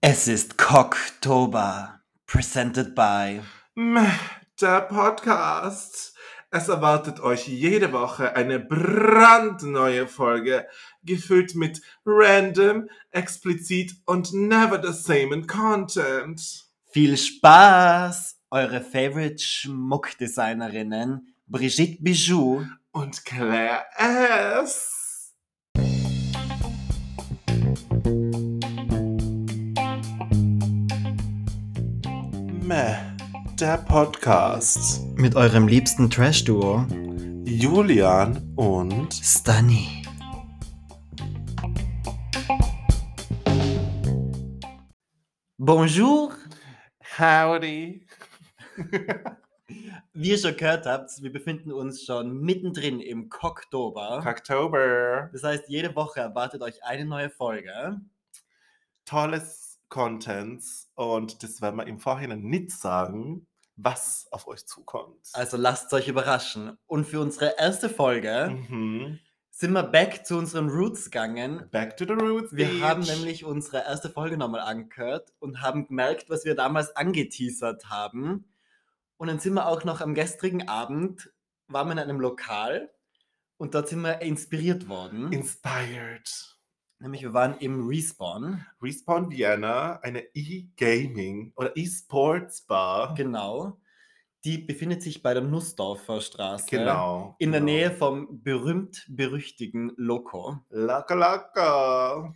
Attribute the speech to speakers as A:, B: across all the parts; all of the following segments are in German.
A: Es ist Cocktober, presented by.
B: Der Podcast. Es erwartet euch jede Woche eine brandneue Folge, gefüllt mit random, explizit und never the same Content.
A: Viel Spaß! Eure Favorite Schmuckdesignerinnen Brigitte Bijou.
B: Und Claire S. Meh, der Podcast.
A: Mit eurem liebsten Trash-Duo
B: Julian und
A: Stunny. Bonjour!
B: Howdy.
A: Wie ihr schon gehört habt, wir befinden uns schon mittendrin im Cocktober.
B: Cocktober.
A: Das heißt, jede Woche erwartet euch eine neue Folge.
B: Tolles Contents und das werden wir im Vorhinein nicht sagen, was auf euch zukommt.
A: Also lasst euch überraschen. Und für unsere erste Folge
B: Mhm.
A: sind wir back zu unseren Roots gegangen.
B: Back to the roots.
A: Wir
B: bitch.
A: haben nämlich unsere erste Folge nochmal angehört und haben gemerkt, was wir damals angeteasert haben. Und dann sind wir auch noch am gestrigen Abend, waren wir in einem Lokal und dort sind wir inspiriert worden.
B: inspired.
A: nämlich wir waren im Respawn,
B: Respawn Vienna, eine E-Gaming oder E-Sports Bar.
A: genau. Die befindet sich bei der Nussdorfer Straße.
B: Genau.
A: In der
B: genau.
A: Nähe vom berühmt-berüchtigen Loco.
B: Laka Laka.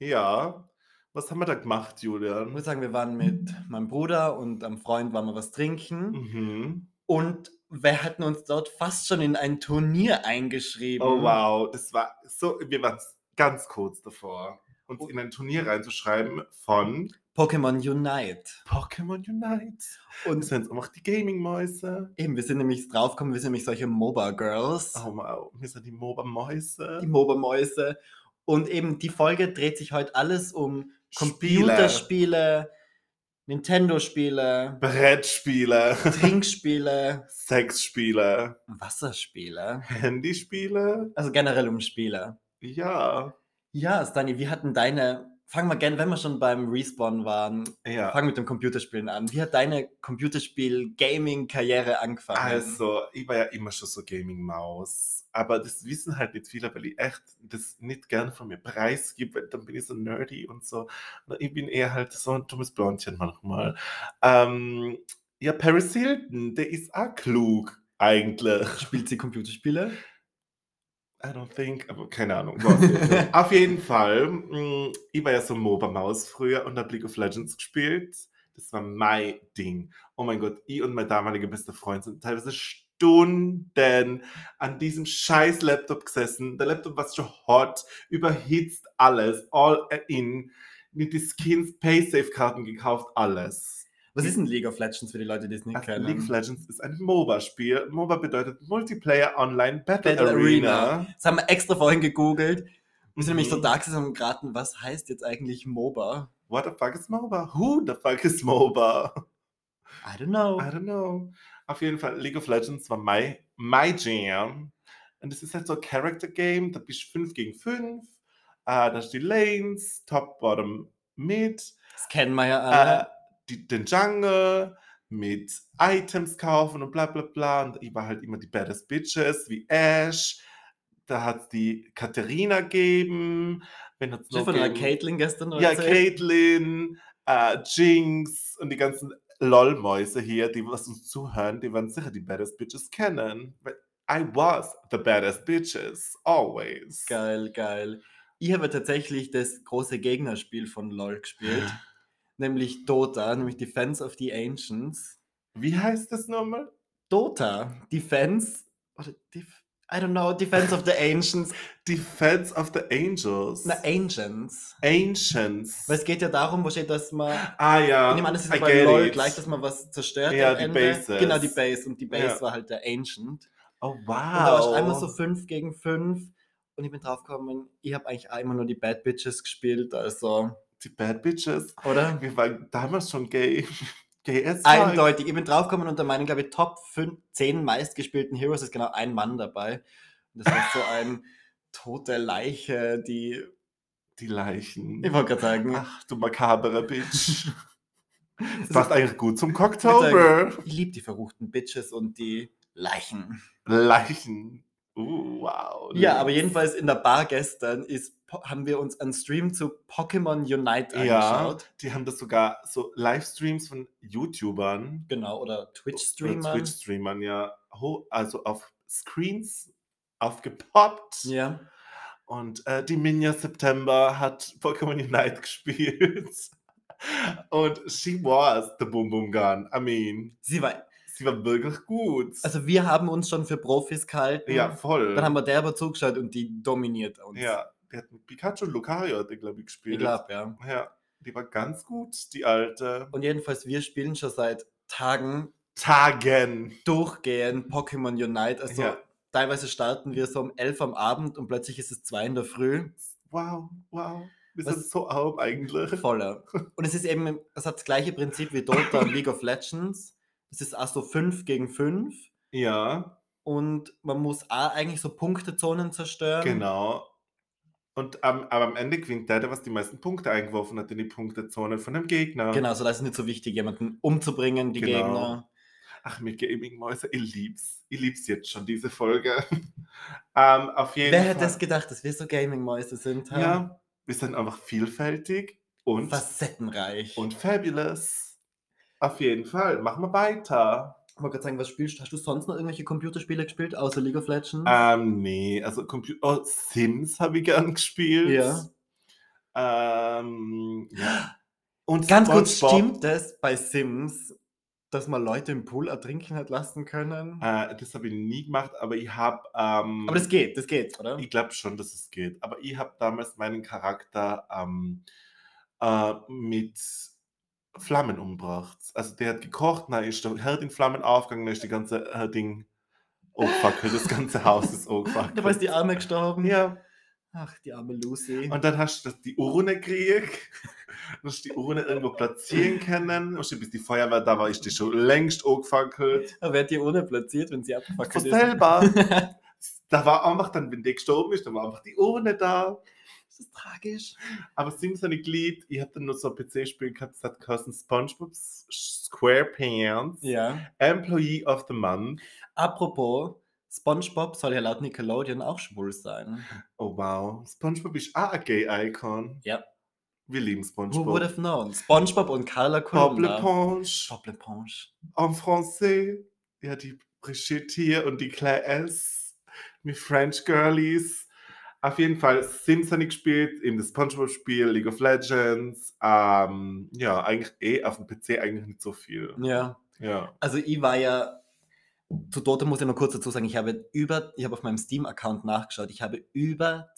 B: Ja. Was haben wir da gemacht, Julian?
A: Ich muss sagen, wir waren mit meinem Bruder und einem Freund waren wir was trinken.
B: Mhm.
A: Und wir hatten uns dort fast schon in ein Turnier eingeschrieben.
B: Oh wow, das war so, wir waren ganz kurz davor, uns
A: Oh.
B: in ein Turnier reinzuschreiben von
A: Pokémon Unite.
B: Pokémon Unite. Und
A: Und
B: sind auch die Gaming-Mäuse.
A: eben, wir sind nämlich draufgekommen, wir sind nämlich solche MOBA-Girls,
B: Oh wow, wir sind die MOBA-Mäuse.
A: die MOBA-Mäuse. Und eben die Folge dreht sich heute alles um
B: Spiele,
A: Computerspiele, Nintendo-Spiele,
B: Brettspiele,
A: Trinkspiele,
B: Sexspiele,
A: Wasserspiele.
B: Handyspiele.
A: Also generell um Spiele.
B: Ja,
A: Ja, Stani, wie hatten deine. Fangen wir gerne, wenn wir schon beim Respawn waren,
B: ja.
A: fangen Ah. mit dem Computerspielen an. Wie hat deine Computerspiel-Gaming-Karriere angefangen?
B: Also, ich war ja immer schon so Gaming-Maus. Aber das wissen halt nicht viele, weil ich echt das nicht gerne von mir preisgebe, weil dann bin ich so nerdy und so. Na, Ich bin eher halt so ein dummes Blondchen manchmal. Ähm, ja, Paris Hilton, der ist auch klug, eigentlich.
A: Spielt sie Computerspiele?
B: I don't think, aber keine Ahnung. was. Auf jeden Fall, mh, ich war ja so MOBA-Maus früher und habe League of Legends gespielt. Das war mein Ding. Oh mein Gott, ich und mein damaliger bester Freund sind teilweise Stunden an diesem scheiß Laptop gesessen. Der Laptop war schon hot, überhitzt alles, all in. Mit die Skins, Paysafe-Karten gekauft, alles.
A: Was ist denn League of Legends für die Leute, die es nicht
B: Also
A: kennen?
B: Hm. League of Legends ist ein MOBA-Spiel. MOBA bedeutet Multiplayer Online Battle,
A: Battle
B: Arena.
A: Arena. Das haben wir extra vorhin gegoogelt. Wir sind nämlich so
B: Mhm.
A: da gesessen und haben geraten, was heißt jetzt eigentlich MOBA?
B: What the fuck is MOBA? Who the fuck is MOBA?
A: I don't know.
B: I don't know. Auf jeden Fall, League of Legends war my, my Jam. Und es ist halt so ein Character Game, da bist du 5 gegen 5. da ist die Lanes, Top, Bottom, Mid.
A: Das kennen wir ja
B: äh,
A: alle.
B: die, den Jungle mit Items kaufen und bla bla bla. Und ich war halt immer die Baddest Bitches wie Ash. Da hat die Katharina gegeben. Wenn hat's
A: Äh,
B: noch
A: von der
B: gegeben?
A: Caitlyn gestern
B: Ja,
A: erzählt.
B: Caitlyn, äh, Jinx und die ganzen LOL-Mäuse hier, die was uns zuhören, die werden sicher die Baddest Bitches kennen. Weil I was the Baddest Bitches, always.
A: Geil, geil. Ich habe tatsächlich das große Gegnerspiel von LOL gespielt,
B: Ah.
A: nämlich Dota, nämlich Defense of the Ancients.
B: Wie heißt das nochmal?
A: Dota, Defense, oder Def I don't know, Defense of the Ancients.
B: Defense of the Angels.
A: Na, Ancients.
B: Ancients.
A: Weil es geht ja darum, wahrscheinlich, dass man.
B: Ah ja.
A: Ich nehme an, das ist
B: I
A: ja bei
B: get
A: LOL
B: it.
A: gleich, dass man was zerstört.
B: Ja,
A: am
B: die
A: Ende.
B: Bases.
A: Genau, die Base. Und die Base
B: Ja.
A: war halt der Ancient.
B: Oh
A: Und da war
B: wow.
A: ich einmal so 5 gegen 5. Und ich bin draufgekommen, ich habe eigentlich auch immer nur die Bad Bitches gespielt, also,
B: die Bad Bitches.
A: oder?
B: Wir waren damals schon gay. gay as fuck.
A: Eindeutig. Ich bin draufgekommen unter meinen, glaube ich, Top 5, 10 meistgespielten Heroes ist genau ein Mann dabei. Und das war so ein tote Leiche, die
B: die Leichen.
A: Ich wollte gerade sagen.
B: Ach, du makabere Bitch. Das
A: Das
B: passt eigentlich gut zum Cocktober.
A: ist- ich liebe die verruchten Bitches und die Leichen.
B: Leichen. Uh, wow.
A: Ja, aber jedenfalls in der Bar gestern ist, po- haben wir uns einen Stream zu Pokémon Unite
B: Ja,
A: angeschaut.
B: die haben das sogar so Livestreams von YouTubern.
A: Genau, oder
B: Oder
A: Twitch-Streamer.
B: Twitch-Streamern, ja. Ho also auf Screens aufgepoppt.
A: Ja.
B: Und äh, die Minja September hat Pokémon Unite gespielt. Und she was the Boom Boom Gun. I mean,
A: Sie war,
B: sie war wirklich gut.
A: also wir haben uns schon für Profis gehalten.
B: ja, voll.
A: Dann haben wir der aber zugeschaut und die dominiert uns.
B: ja, die hat mit Pikachu und Lucario, hat die, glaube ich,
A: Ich
B: gespielt.
A: glaube, ja.
B: Ja, die war ganz gut, die alte.
A: Und jedenfalls, wir spielen schon seit Tagen
B: Tagen.
A: durchgehend Pokémon Unite. Also
B: Ja.
A: teilweise starten wir so um 11 am Abend und plötzlich ist es 2 in der Früh.
B: Wow, wow. Wir
A: Was-
B: sind so arm eigentlich.
A: Voller. Und es ist eben, es hat das gleiche Prinzip wie Dota und League of Legends. Es ist auch so 5 gegen 5
B: Ja.
A: und man muss auch eigentlich so Punktezonen zerstören.
B: Genau. Und am, aber am Ende gewinnt der, der was die meisten Punkte eingeworfen hat in die Punktezone von dem Gegner.
A: Genau, so das ist nicht so wichtig, jemanden umzubringen, die
B: Genau.
A: Gegner.
B: Ach, mir Gaming-Mäuse, ich lieb's. Ich lieb's jetzt schon, diese Folge. ähm, auf jeden
A: Wer
B: Fall.
A: hätte das gedacht, dass wir so Gaming-Mäuse sind? hä?
B: Ja, wir sind einfach vielfältig und,
A: Facettenreich.
B: und fabulous. Auf jeden Fall. Machen wir weiter.
A: ich wollte gerade sagen, was spielst du? Hast du sonst noch irgendwelche Computerspiele gespielt, außer League of Legends?
B: Ähm, nee, also Computer. Oh, Sims habe ich gern gespielt.
A: Ja.
B: Ähm, ja. Und
A: Ganz kurz,
B: SpongeBob.
A: stimmt es bei Sims, dass man Leute im Pool ertrinken hat lassen können?
B: Äh, das habe ich nie gemacht, aber ich habe. Ähm,
A: Aber das geht, das geht, oder?
B: Ich glaube schon, dass es geht. Aber ich habe damals meinen Charakter ähm, äh, mit Flammen umgebracht. Also der hat gekocht, dann ist der Herd in Flammen aufgegangen, dann ist die ganze äh, Ding hochgefackelt, das ganze Haus ist
A: Da ist
B: hochgefackelt.
A: die Arme gestorben.
B: Ja.
A: Ach, die arme Lucy.
B: Und dann hast du das- die Urne gekriegt, musst die Urne irgendwo platzieren können, musst du, bis die Feuerwehr da war, ist die schon längst angefackelt.
A: Aber wer hat die ohne platziert, wenn sie abgefackelt
B: Von
A: ist?
B: selber. da war einfach dann, wenn der gestorben ist, dann war einfach die Urne da.
A: Das ist tragisch.
B: Aber Sims habe ich geliebt. Ich habe dann nur so ein PC-Spiel gehabt, das hat geheißen Spongebob SquarePants
A: Ja.
B: Employee of the Month.
A: Apropos, SpongeBob soll ja laut Nickelodeon auch schwul sein.
B: Oh wow, Spongebob ist auch ein Gay-Icon.
A: Ja.
B: Wir lieben
A: Who would
B: Spongebob.
A: have known? SpongeBob und Carla
B: Bob
A: Kolumna.
B: Leponge,
A: Bob Leponge.
B: en français. Ja, die Brigitte hier und die Claire S. Mit French Girlies. Auf jeden Fall Sims habe ich gespielt, eben das Spongebob-Spiel, League of Legends. Ähm, ja, eigentlich eh auf dem PC eigentlich nicht so viel.
A: Ja.
B: Ja.
A: Also ich war ja. Zu Dota muss ich noch kurz dazu sagen, ich habe über, ich habe auf meinem Steam-Account nachgeschaut, ich habe über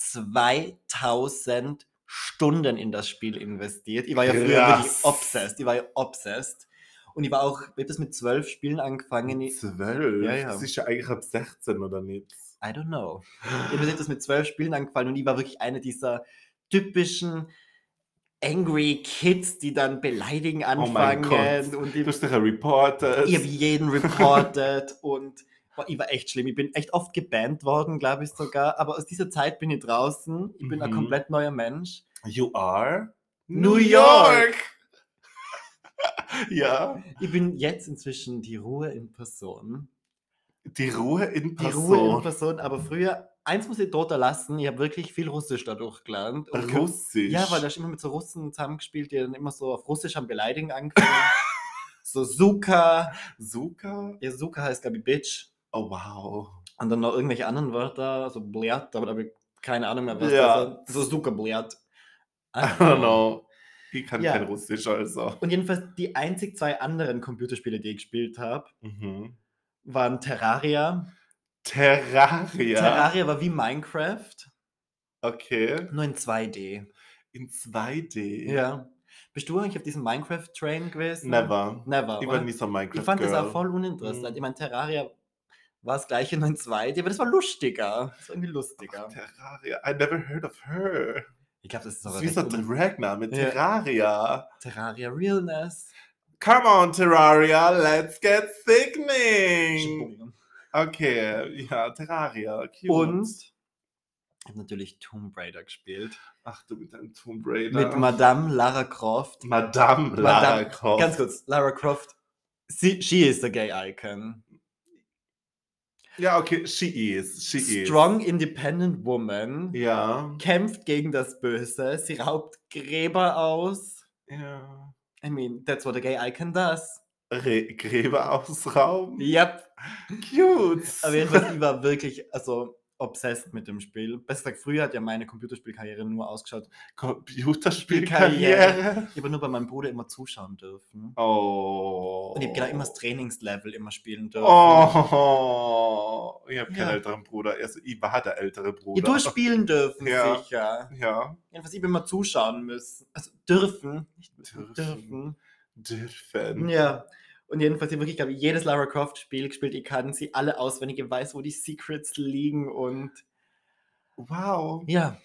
A: 2000 Stunden in das Spiel investiert. Ich war ja früher wirklich
B: Krass.
A: obsessed, ich war ja obsessed. Und ich war auch, ich habe das mit zwölf Spielen angefangen. Ich,
B: Zwölf?
A: Ja, ja.
B: Das ist ja eigentlich ab 16 oder nicht?
A: I don't know. Ich habe das mit zwölf Spielen angefangen und ich war wirklich eine dieser typischen angry Kids, die dann beleidigen
B: Oh mein
A: anfangen
B: Gott.
A: und
B: Du
A: die
B: hast dich ja reportet.
A: Ich habe jeden reported und boah, ich war echt schlimm. Ich bin echt oft gebannt worden, glaube ich sogar. Aber aus dieser Zeit bin ich draußen. Ich bin ein
B: Mhm.
A: komplett neuer Mensch.
B: You are
A: New York.
B: ja.
A: Ich bin jetzt inzwischen die Ruhe in Person.
B: Die Ruhe in
A: Die
B: Person.
A: Ruhe in Person, aber früher, eins muss ich dort erlassen, ich habe wirklich viel Russisch dadurch gelernt. Und ge-
B: Russisch.
A: Ja, weil da ist immer mit so Russen zusammengespielt, die dann immer so auf Russisch am Beleidigen angefangen. so Suka.
B: Suka?
A: Ja, Suka heißt, glaube ich, Bitch.
B: Oh, wow.
A: Und dann noch irgendwelche anderen Wörter, so Bliat, aber da habe ich keine Ahnung mehr, was
B: Ja.
A: das ist. So Suka Bliat. I
B: I don't know. Ich kann
A: Ja.
B: kein Russisch, also.
A: Und jedenfalls die einzig zwei anderen Computerspiele, die ich gespielt habe,
B: Mhm.
A: waren Terraria.
B: Terraria.
A: Terraria war wie Minecraft,
B: okay.
A: nur in 2D.
B: In 2D.
A: Ja. Bist du eigentlich auf diesem Minecraft-Train gewesen?
B: Never.
A: Never.
B: Ich
A: oder?
B: war nie so Minecraft.
A: ich fand
B: Girl.
A: das auch voll uninteressant.
B: Mhm.
A: Ich meine, Terraria war das gleiche nur in 2D, aber das war lustiger. Das war irgendwie lustiger.
B: Terraria. I never heard of her.
A: Ich glaube, das ist
B: Das
A: aber
B: ist wie so
A: recht
B: ein
A: un-
B: Dragname.
A: Ja.
B: Terraria.
A: Terraria Realness.
B: Come on, Terraria, let's get sickening. Okay, ja, Terraria. Cute.
A: Und Ich habe natürlich Tomb Raider gespielt.
B: Ach du mit deinem Tomb Raider.
A: Mit Madame Lara Croft.
B: Madame Lara
A: Madame-
B: Croft.
A: Ganz kurz, Lara Croft. Sie, she is the gay icon.
B: Ja, okay, she is. She
A: Strong, independent woman.
B: is. Ja.
A: Kämpft gegen das Böse. Sie raubt Gräber aus.
B: ja.
A: I mean, that's what a gay icon does.
B: Re Gräber ausrauben.
A: Yep.
B: Cute.
A: Aber jedenfalls, ich war wirklich, also, obsessed mit dem Spiel. Besser gesagt, früher hat ja meine Computerspielkarriere nur ausgeschaut.
B: Computerspielkarriere.
A: Ich habe nur bei meinem Bruder immer zuschauen dürfen.
B: Oh.
A: Und ich habe genau immer das Trainingslevel immer spielen dürfen.
B: Oh. Ich habe keinen
A: Ja.
B: älteren Bruder. Also, ich war der ältere
A: Ja,
B: Bruder.
A: du hast spielen dürfen,
B: Ja.
A: sicher.
B: Ja.
A: Jedenfalls, ich bin mal zuschauen müssen. Also dürfen. Nicht müssen, dürfen.
B: Dürfen. Dürfen.
A: Ja. Und jedenfalls, ich wirklich, glaube ich, jedes Lara Croft-Spiel gespielt. Ich kann sie alle auswendig. Ich weiß, wo die Secrets liegen. Und
B: Wow.
A: ja,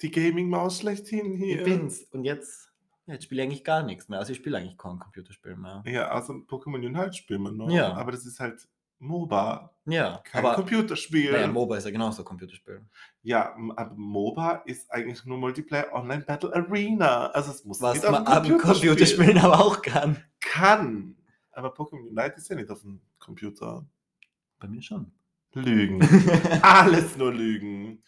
B: Die Gaming-Maus schlechthin hier.
A: ich bin's. Und jetzt, ja, jetzt spiele ich eigentlich gar nichts mehr. Also, ich spiele eigentlich kein Computerspiel mehr.
B: Ja, also Pokémon Unite spielen wir noch.
A: Ja.
B: Aber das ist halt MOBA,
A: Ja,
B: kein
A: aber
B: Computerspiel.
A: naja, MOBA ist ja genauso ein Computerspiel.
B: ja, m- aber MOBA ist eigentlich nur Multiplayer Online Battle Arena. Also es muss
A: Was
B: nicht auf
A: man
B: dem
A: am Computerspielen aber auch kann.
B: kann. Aber Pokémon Unite ist ja nicht auf dem Computer.
A: Bei mir schon.
B: Lügen. Alles nur Lügen.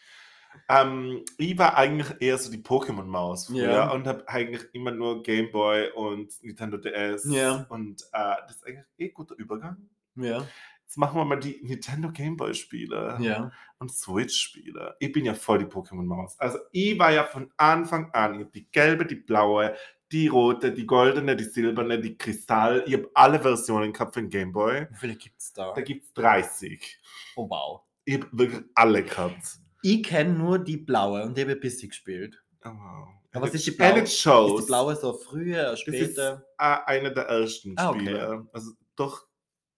B: Ähm, ich war eigentlich eher so die Pokémon-Maus früher
A: Ja.
B: und habe eigentlich immer nur Game Boy und Nintendo DS.
A: Ja.
B: Und äh, das ist eigentlich eh guter Übergang.
A: ja,
B: Jetzt machen wir mal die Nintendo Game Boy-Spiele.
A: ja.
B: und Switch-Spiele. Ich bin ja voll die Pokémon-Maus. Also ich war ja von Anfang an, ich hab die gelbe, die blaue, die rote, die goldene, die silberne, die Kristall. Ich habe alle Versionen gehabt von Gameboy.
A: Wie viele gibt's da?
B: Da gibt's 30.
A: Oh, wow.
B: Ich habe wirklich alle gehabt.
A: Ich kenne nur die blaue und die habe ich ein bisschen gespielt.
B: Oh, wow.
A: Aber was ist die
B: And
A: blaue?
B: it shows.
A: Ist die blaue so früher, später?
B: Ah, eine der ersten
A: Ah, okay.
B: Spiele. Also doch,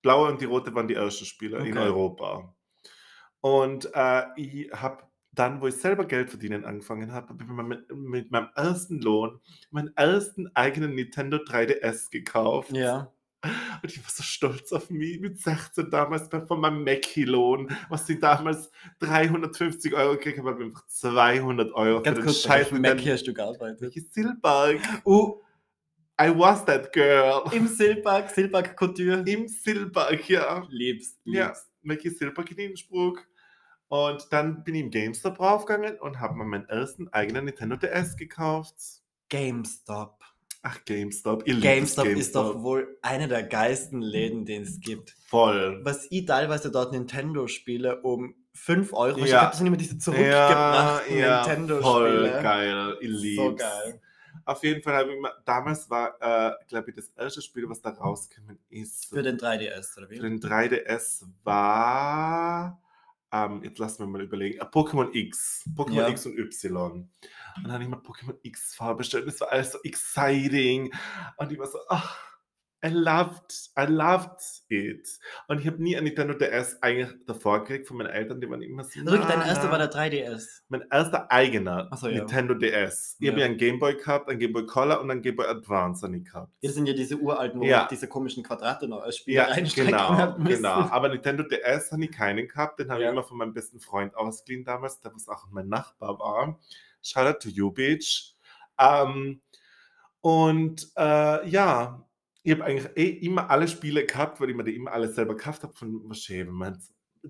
B: blaue und die rote waren die ersten Spiele in
A: Okay.
B: Europa. Und äh, ich habe dann, wo ich selber Geld verdienen angefangen habe, habe ich mir mit, mit meinem ersten Lohn meinen ersten eigenen Nintendo 3DS gekauft.
A: Ja.
B: Und ich war so stolz auf mich mit 16 damals bei- von meinem Mackie-Lohn, was ich damals 350 Euro gekriegt habe, habe ich einfach 200 Euro
A: Ganz
B: für den
A: kurz,
B: Scheiß
A: Scheiß
B: mit
A: Mac
B: Mackie.
A: hier hast du gearbeitet.
B: Silberg.
A: Uh,
B: I was that girl.
A: im Silberg, Silberg Couture.
B: Im Silberg, ja.
A: Liebst,
B: Ja,
A: liebst.
B: Mackie Silberg in Innsbruck. Und dann bin ich im GameStop raufgegangen und habe mir meinen ersten eigenen Nintendo DS gekauft.
A: GameStop.
B: Ach, GameStop. Ich lieb das
A: GameStop ist doch wohl einer der geilsten Läden, den es gibt.
B: voll.
A: Was ich teilweise dort Nintendo spiele um 5 Euro. Ich
B: Ja.
A: habe das immer diese
B: Ja,
A: zurückgebrachten
B: ja, voll
A: Nintendo-Spiele.
B: geil. Ich lieb's.
A: So geil.
B: Auf jeden Fall habe ich mir, damals war, äh, glaube ich, das erste Spiel, was da rausgekommen ist,
A: Für den 3DS, oder
B: für
A: wie?
B: den 3DS war, ähm, jetzt lassen wir mal überlegen, äh, Pokémon X. Pokémon
A: Ja.
B: X und Y. Und dann habe ich mir Pokémon X vorbestellt. Das war alles so exciting. Und ich war so, ach, I loved, I loved it. Und ich habe nie ein Nintendo DS eigentlich davor gekriegt von meinen Eltern, die waren immer so.
A: Also wirklich, dein erster
B: "Na."
A: war der 3DS.
B: Mein erster eigener
A: Ach so, ja.
B: Nintendo DS. Ich habe ja
A: Ja.
B: einen Gameboy gehabt, einen Gameboy Color und einen Gameboy Advance an gehabt.
A: Hier sind ja diese uralten, wo
B: Ja.
A: man diese komischen Quadrate noch als Spiel
B: Ja,
A: reinstecken
B: genau,
A: hat müssen.
B: genau. Aber Nintendo DS habe ich keinen gehabt. Den habe ich
A: Ja.
B: immer von meinem besten Freund ausgeliehen damals, der was auch mein Nachbar war. Shoutout to you, bitch. Ähm, und äh, ja, ich habe eigentlich eh immer alle Spiele gehabt, weil ich mir die immer alle selber gekauft habe. Von was schämen man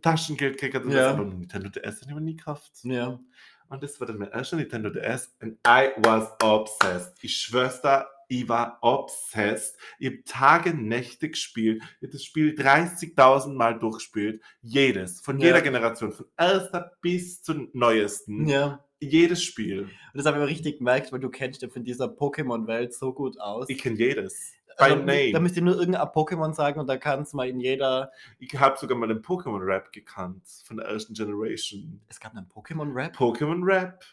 B: Taschengeld gekriegt hat. und
A: Ja.
B: das, Aber Nintendo DS habe ich mir nie gekauft.
A: Ja.
B: Und das war dann mein erster Nintendo DS. And I was obsessed. Ich schwör's da, ich war obsessed. Ich habe Tage, Nächte gespielt. Ich habe das Spiel 30.000 Mal durchgespielt. Jedes. Von
A: Ja.
B: jeder Generation. Von erster bis zum neuesten.
A: ja.
B: Jedes Spiel.
A: Und das habe ich aber richtig gemerkt, weil du kennst dich von dieser Pokémon-Welt so gut aus.
B: Ich kenne jedes. By
A: Also, Da
B: name.
A: müsst ihr nur irgendein Pokémon sagen und da kann es mal in jeder.
B: Ich habe sogar mal den Pokémon-Rap gekannt. Von der ersten Generation.
A: Es gab einen Pokémon-Rap.
B: Pokémon-Rap.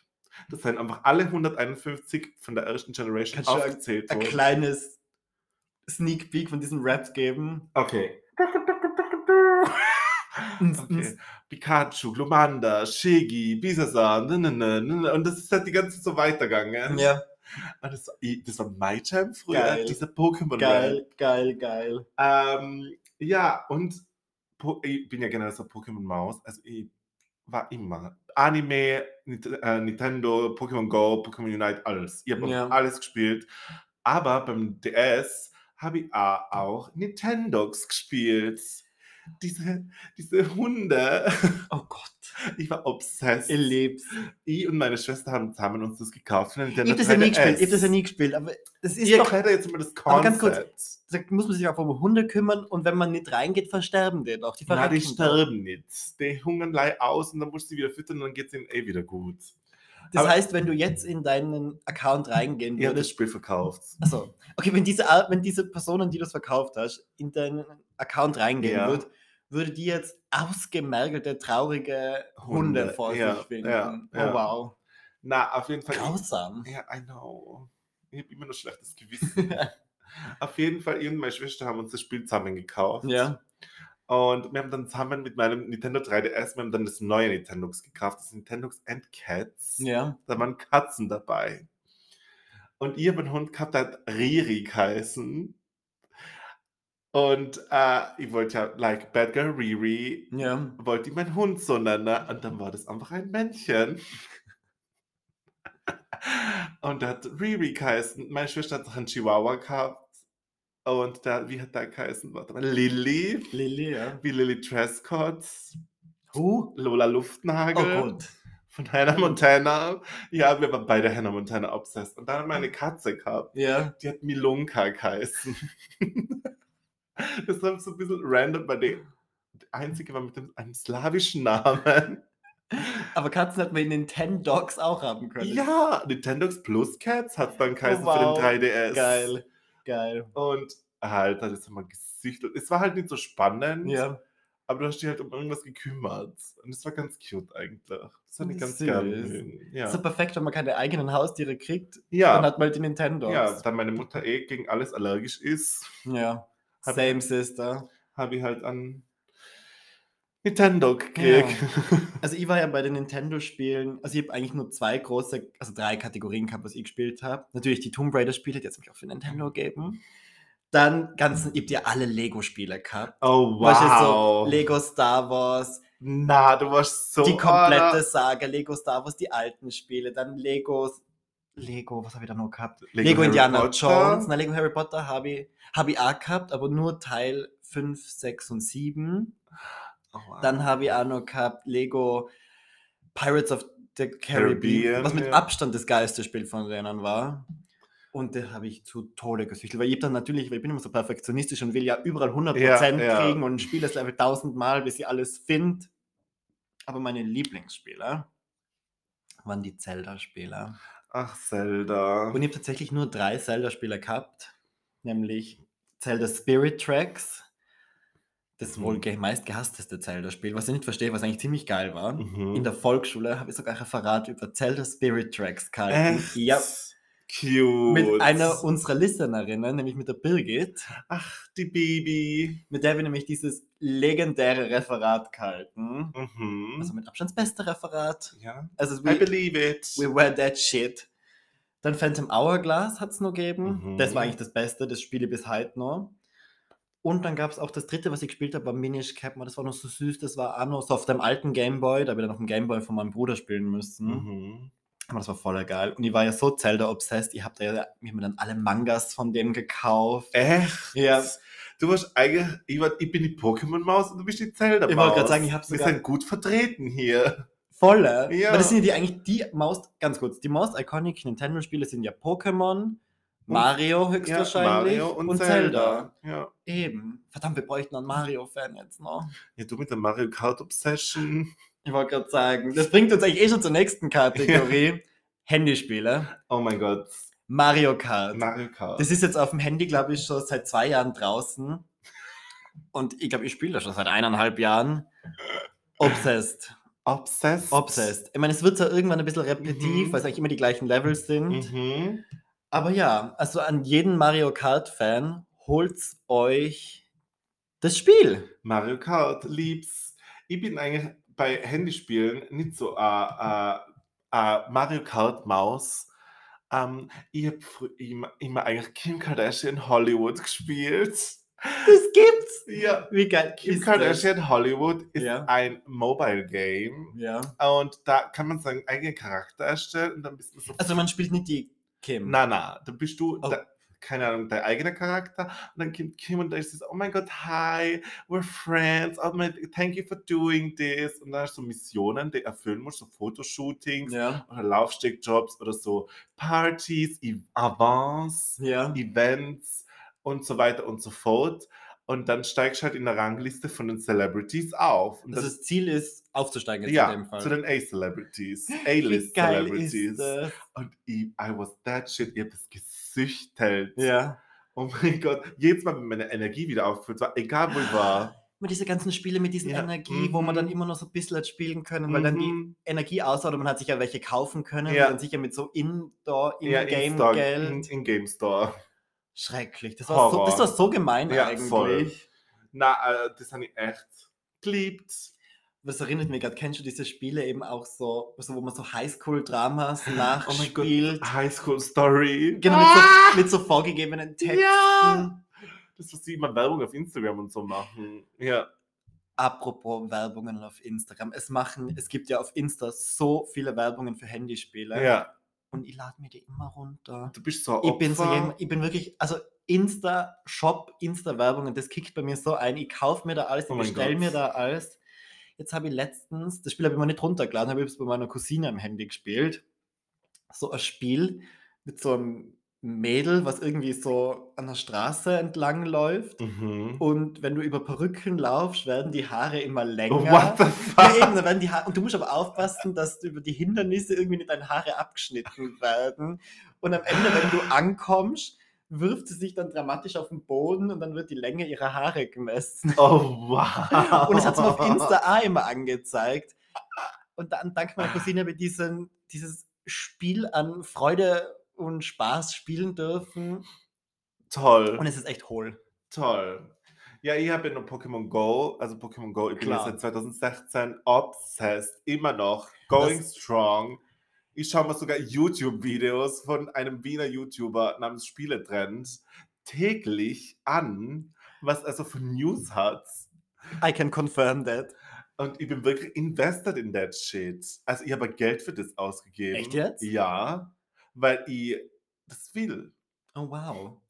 B: Das sind einfach alle 151 von der ersten Generation
A: Kannst du ein-
B: aufgezählt
A: Ein
B: worden.
A: kleines Sneak Peek von diesem Rap geben.
B: Okay.
A: Ns,
B: Okay.
A: ns.
B: Pikachu, Glomanda, Shiggy, Bisasar, ne, ne, ne, ne, ne. und das ist halt die ganze Zeit so weitergegangen.
A: Ja,
B: Und das, i- das war my time früher,
A: Geil.
B: dieser pokémon
A: geil, geil, geil.
B: Ähm, ja, und po ich bin ja generell so Pokémon-Maus, also ich war immer Anime, Nit äh, Nintendo, Pokémon Go, Pokémon Unite, alles. Ich habe auch
A: Ja.
B: alles gespielt. Aber beim DS habe ich a- auch Nintendox gespielt. Diese, diese Hunde.
A: Oh Gott,
B: Ich war obsessed.
A: ich lieb's.
B: Ich und meine Schwester haben zusammen uns das gekauft. für den
A: Ich
B: Nintendo
A: hab das ja nie
B: 3DS.
A: gespielt, ich hab das ja nie gespielt, aber das ist
B: Ihr
A: doch,
B: kennt ja jetzt immer das Konzept.
A: Aber ganz kurz, da muss man sich auch um Hunde kümmern und wenn man nicht reingeht, versterben die doch. Die
B: Na, die
A: verrecken doch.
B: sterben nicht. Die hungern lei aus und dann musst du sie wieder füttern und dann geht es ihnen eh wieder gut.
A: Das
B: Aber-
A: heißt, wenn du jetzt in deinen Account reingehen
B: Ihr habt das
A: würdest,
B: Spiel verkauft.
A: also okay, wenn diese, Ar- wenn diese Personen, die du es verkauft hast, in deinen Account reingehen
B: Ja.
A: würd, würde die jetzt ausgemergelte, traurige Hunde,
B: Hunde,
A: vor
B: ja,
A: sich finden.
B: ja,
A: oh
B: ja.
A: wow,
B: Na, auf jeden Fall.
A: grausam.
B: Ja, I know. Ich habe immer noch schlechtes Gewissen. auf jeden Fall, ich und meine Schwester haben uns das Spiel zusammen gekauft.
A: Ja,
B: Und wir haben dann zusammen mit meinem Nintendo 3DS, wir haben dann das neue Nintendox gekauft, das Nintendox and Cats.
A: ja.
B: Da waren Katzen dabei. Und ich habe einen Hund gehabt, der hat Riri geheißen. Und äh, ich wollte ja, like, Bad Girl Riri,
A: Ja,
B: wollte ich meinen Hund so nennen. ne? Und dann war das einfach ein Männchen. Und der hat Riri geheißen. Meine Schwester hat noch einen Chihuahua gehabt. Und der, wie hat der geheißen? Warte mal, Lilly.
A: Lilly, ja.
B: Wie Lilly Trescott.
A: Huh?
B: Lola
A: Oh
B: Luftnagel
A: Gott.
B: von Hannah Montana. Ja, wir waren beide Hannah Montana obsessed. Und dann hat meine Katze gehabt,
A: Ja.
B: die hat Milunka geheißen. das war so ein bisschen random, weil die, die einzige war mit dem, einem slawischen Namen.
A: Aber Katzen hat man in Nintendogs auch haben können.
B: Ja, Nintendox Plus Cats hat dann geheißen
A: Oh, wow.
B: für den 3DS.
A: Geil. Geil.
B: Und Alter, das haben wir gesichtet. Es war halt nicht so spannend,
A: Ja.
B: aber du hast dich halt um irgendwas gekümmert. Und es war ganz cute eigentlich. Das hat ich ganz
A: Süß.
B: gerne.
A: Ist so
B: Ja.
A: perfekt, wenn man keine eigenen Haustiere kriegt. Dann
B: Ja.
A: hat man halt die Nintendogs.
B: ja, da meine Mutter eh gegen alles allergisch ist.
A: Ja.
B: Hab-
A: Same Sister.
B: habe ich halt an Nintendo gekriegt.
A: Also ich war ja bei den Nintendo-Spielen, also ich habe eigentlich nur zwei große, also drei Kategorien gehabt, was ich gespielt habe. Natürlich die Tomb Raider-Spiele, die jetzt mich auch für Nintendo gegeben. Dann ganzen, ich habe ja alle Lego-Spiele gehabt.
B: Oh,
A: Weißt du,
B: wow.
A: So Lego Star Wars,
B: Na, du warst so... ah.
A: die komplette
B: Alter.
A: Saga, Lego Star Wars, die alten Spiele, dann Legos, Lego, was habe ich da noch gehabt?
B: Lego
A: Lego,
B: Harry
A: Indiana
B: Potter.
A: Jones, na, Lego Harry Potter habe ich, hab ich auch gehabt, aber nur Teil 5, 6 und 7.
B: Oh, wow.
A: Dann habe ich auch noch gehabt Lego Pirates of the Caribbean,
B: Caribbean,
A: was mit
B: ja.
A: Abstand das geilste Spiel von denen war. Und das habe ich zu Tode gesüchtelt, weil ich hab dann natürlich, weil ich bin immer so perfektionistisch und will ja überall 100%
B: Ja, ja.
A: kriegen und spiele das Level 1000 Mal, bis ich alles finde. Aber meine Lieblingsspiele waren die Zelda-Spiele.
B: Ach, Zelda.
A: Und ich habe tatsächlich nur drei Zelda-Spiele gehabt, nämlich Zelda Spirit Tracks, das
B: Mhm.
A: wohl ge- meistgehassteste Zelda-Spiel, was ich nicht verstehe, was eigentlich ziemlich geil war.
B: Mhm.
A: In der Volksschule habe ich sogar ein Referat über Zelda Spirit Tracks gehalten.
B: Echt?
A: Ja,
B: Cute.
A: mit einer unserer Listenerinnen, nämlich mit der Birgit,
B: Ach, die Baby.
A: mit der wir nämlich dieses legendäre Referat gehalten.
B: Mhm.
A: Also mit Abstands beste Referat.
B: ja.
A: Also
B: I
A: we-
B: believe it.
A: We were that shit. Dann Phantom Hourglass hat es noch gegeben.
B: Mhm.
A: Das war eigentlich das Beste, das spiele ich bis heute noch. Und dann gab es auch das dritte, was ich gespielt habe, war Minish Cap. Das war noch so süß, das war auch noch so auf dem alten Gameboy. Da habe ich dann auf dem Gameboy von meinem Bruder spielen müssen.
B: Mhm.
A: Aber das war voll geil. Und ich war ja so Zelda-obsessed. Ich habe da ja, ich hab mir dann alle Mangas von dem gekauft.
B: Echt?
A: Ja.
B: Du warst eigentlich, ich, war, ich bin die Pokémon-Maus und du bist die Zelda-Maus.
A: Ich wollte gerade sagen, ich hab's
B: Wir
A: sogar-
B: sind gut vertreten hier.
A: Volle.
B: Ja.
A: Weil das sind ja die, eigentlich die Most, ganz kurz, die Most Iconic Nintendo-Spiele sind ja Pokémon, Mario
B: Ja,
A: höchstwahrscheinlich
B: Mario und,
A: Zelda.
B: Zelda. Ja.
A: Eben. Verdammt, wir bräuchten einen Mario-Fan jetzt noch.
B: Ja, du mit der Mario Kart Obsession.
A: Ich wollte gerade sagen, das bringt uns eigentlich eh schon zur nächsten Kategorie. Handyspiele.
B: Oh mein Gott.
A: Mario Kart.
B: Mario Kart.
A: das ist jetzt auf dem Handy, glaube ich, schon seit zwei Jahren draußen. Und ich glaube, ich spiele das schon seit eineinhalb Jahren. Obsessed.
B: Obsessed.
A: Obsessed. Ich meine, es wird zwar irgendwann ein bisschen repetitiv,
B: Mhm.
A: weil es eigentlich immer die gleichen Levels sind.
B: Mhm.
A: Aber ja, also an jeden Mario Kart-Fan holt's euch das Spiel.
B: Mario Kart lieb's. Ich bin eigentlich bei Handyspielen nicht so a Mario Kart Maus. Ähm, ich habe immer, immer eigentlich Kim Kardashian Hollywood gespielt.
A: Das gibt's!
B: Ja.
A: Wie geil
B: Kim
A: ist das?
B: Kardashian Hollywood ist
A: Ja.
B: ein Mobile Game
A: Ja.
B: und da kann man seinen eigenen Charakter erstellen und dann bist du so.
A: Also man spielt nicht die Kim.
B: na, na, dann bist du,
A: Oh.
B: da, keine Ahnung, dein eigener Charakter und dann kommt Kim und da ist es, oh mein Gott, hi, we're friends, oh mein, thank you for doing this und dann hast du Missionen, die erfüllen musst, so Fotoshootings
A: Ja.
B: oder Laufstegjobs oder so Partys, I- Avants,
A: Ja.
B: Events und so weiter und so fort. Und dann steigst du halt in der Rangliste von den Celebrities auf. Und
A: Also das Ziel ist, aufzusteigen jetzt
B: ja,
A: in dem Fall.
B: zu den A-Celebrities,
A: Wie geil ist
B: A-List-Celebrities.
A: das?
B: Und ich, I was that shit, ihr habt es gesüchtelt.
A: Ja.
B: Oh mein Gott, jedes Mal, wenn meine Energie wieder aufgefüllt war, egal wo ich war.
A: Immer diese ganzen Spiele mit diesen
B: Ja.
A: Energie, wo man dann
B: Mhm.
A: immer noch so ein bisschen hat spielen können, weil dann die
B: Mhm.
A: Energie aus oder man hat sich ja welche kaufen können
B: Ja.
A: und dann sicher mit so Indoor,
B: ja,
A: In-Game
B: In-Store-
A: Geld.
B: in- In-Game Store.
A: Schrecklich. Das war, so, das
B: Horror.
A: war so gemein
B: Ja,
A: eigentlich.
B: voll. Na, äh, das habe ich echt geliebt.
A: Das erinnert mich gerade, kennst du diese Spiele eben auch so, also wo man so Highschool-Dramas
B: Oh mein Gott,
A: nachspielt?
B: High School Story.
A: Genau, mit so, mit so vorgegebenen Texten.
B: Ja! Das, was die immer Werbung auf Instagram und so machen. Ja.
A: Apropos Werbungen auf Instagram. Es machen, es gibt ja auf Insta so viele Werbungen für Handyspiele.
B: ja.
A: Und ich lade mir die immer runter.
B: Du bist so ein
A: Ich bin so
B: Opfer.
A: jemand, ich bin wirklich, also Insta-Shop, Insta-Werbungen, das kickt bei mir so ein. Ich kaufe mir da alles,
B: Oh
A: ich
B: mein
A: bestelle
B: Gott.
A: mir da alles. Jetzt habe ich letztens, das Spiel habe ich mir nicht runtergeladen, habe ich es bei meiner Cousine am Handy gespielt. So ein Spiel mit so einem Mädel, was irgendwie so an der Straße entlang läuft.
B: Mhm.
A: Und wenn du über Perücken laufst, werden die Haare immer länger.
B: Oh, what the
A: Ja,
B: fuck?
A: eben, dann werden die Haare, und du musst aber aufpassen, dass du über die Hindernisse irgendwie nicht deine Haare abgeschnitten werden. Und am Ende, wenn du ankommst, wirft sie sich dann dramatisch auf den Boden und dann wird die Länge ihrer Haare gemessen.
B: Oh, wow.
A: Und das hat sie mir auf Insta auch immer angezeigt. Und dann dank meiner Cousine habe ich diesen, dieses Spiel an Freude und Spaß spielen dürfen.
B: Toll.
A: Und es ist echt hohl.
B: Toll. Ja, ich habe ja noch Pokémon Go, also Pokémon Go, ich bin ja
A: Klar.
B: seit 2016 obsessed, immer noch, going
A: Das-
B: strong. Ich schaue mir sogar YouTube-Videos von einem Wiener YouTuber namens Spieletrend täglich an, was er so für News hat.
A: I can confirm that.
B: Und ich bin wirklich invested in that shit. Also ich habe Geld für das ausgegeben.
A: Echt jetzt?
B: Ja, weil ich das will.
A: Oh wow.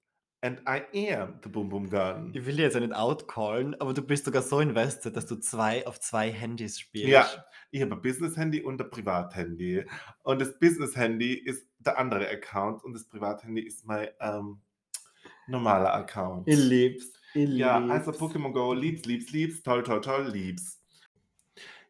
B: And I am the Boom Boom Gun.
A: Ich will dir jetzt ja nicht outcallen, aber du bist sogar so invested, dass du zwei auf zwei Handys spielst.
B: Ja, ich habe ein Business-Handy und ein Privathandy. Und das Business-Handy ist der andere Account und das Privathandy ist mein ähm, normaler Account.
A: Ich lieb's. Ich
B: ja,
A: lieb's.
B: also Pokémon Go, liebs, liebs, liebs, toll, toll, toll, liebs.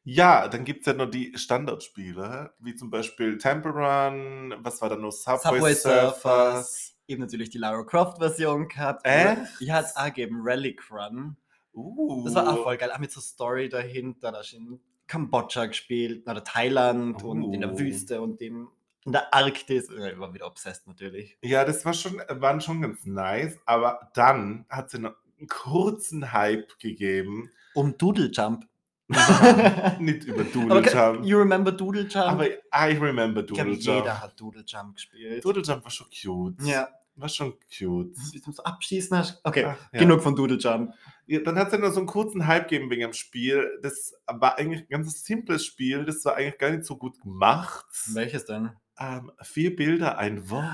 B: Ja, dann gibt es ja noch die Standardspiele, wie zum Beispiel Temple Run, was war da noch? Subway,
A: Subway
B: Surfers.
A: Surfers. Eben natürlich die Lara Croft-Version gehabt.
B: Echt?
A: Ich hat's auch gegeben, Relic Run.
B: Uh,
A: Das war auch voll geil. Auch mit so Story dahinter. Da hast du in Kambodscha gespielt, oder Thailand und in der
B: Oh.
A: Wüste und im, in der Arktis. Äh, Ich war wieder obsessed natürlich.
B: Ja, das war schon, waren schon ganz nice, aber dann hat es einen kurzen Hype gegeben.
A: Um Doodle Jump.
B: Nicht über
A: Aber
B: Doodle
A: ke-
B: Jump.
A: You remember Doodle Jump?
B: Aber I remember
A: ich glaube,
B: Doodle Jump.
A: jeder hat Doodle Jump gespielt.
B: Doodle Jump war schon cute.
A: Ja.
B: War schon cute.
A: Bis zum Abschießen hast. Okay,
B: Ach, Mhm. Ah, ja.
A: genug von Doodle Jump.
B: Ja, dann hat es ja nur so einen kurzen Hype gegeben wegen dem Spiel. Das war eigentlich ein ganz simples Spiel. Das war eigentlich gar nicht so gut gemacht.
A: Welches denn?
B: Ähm, vier Bilder, ein Wort.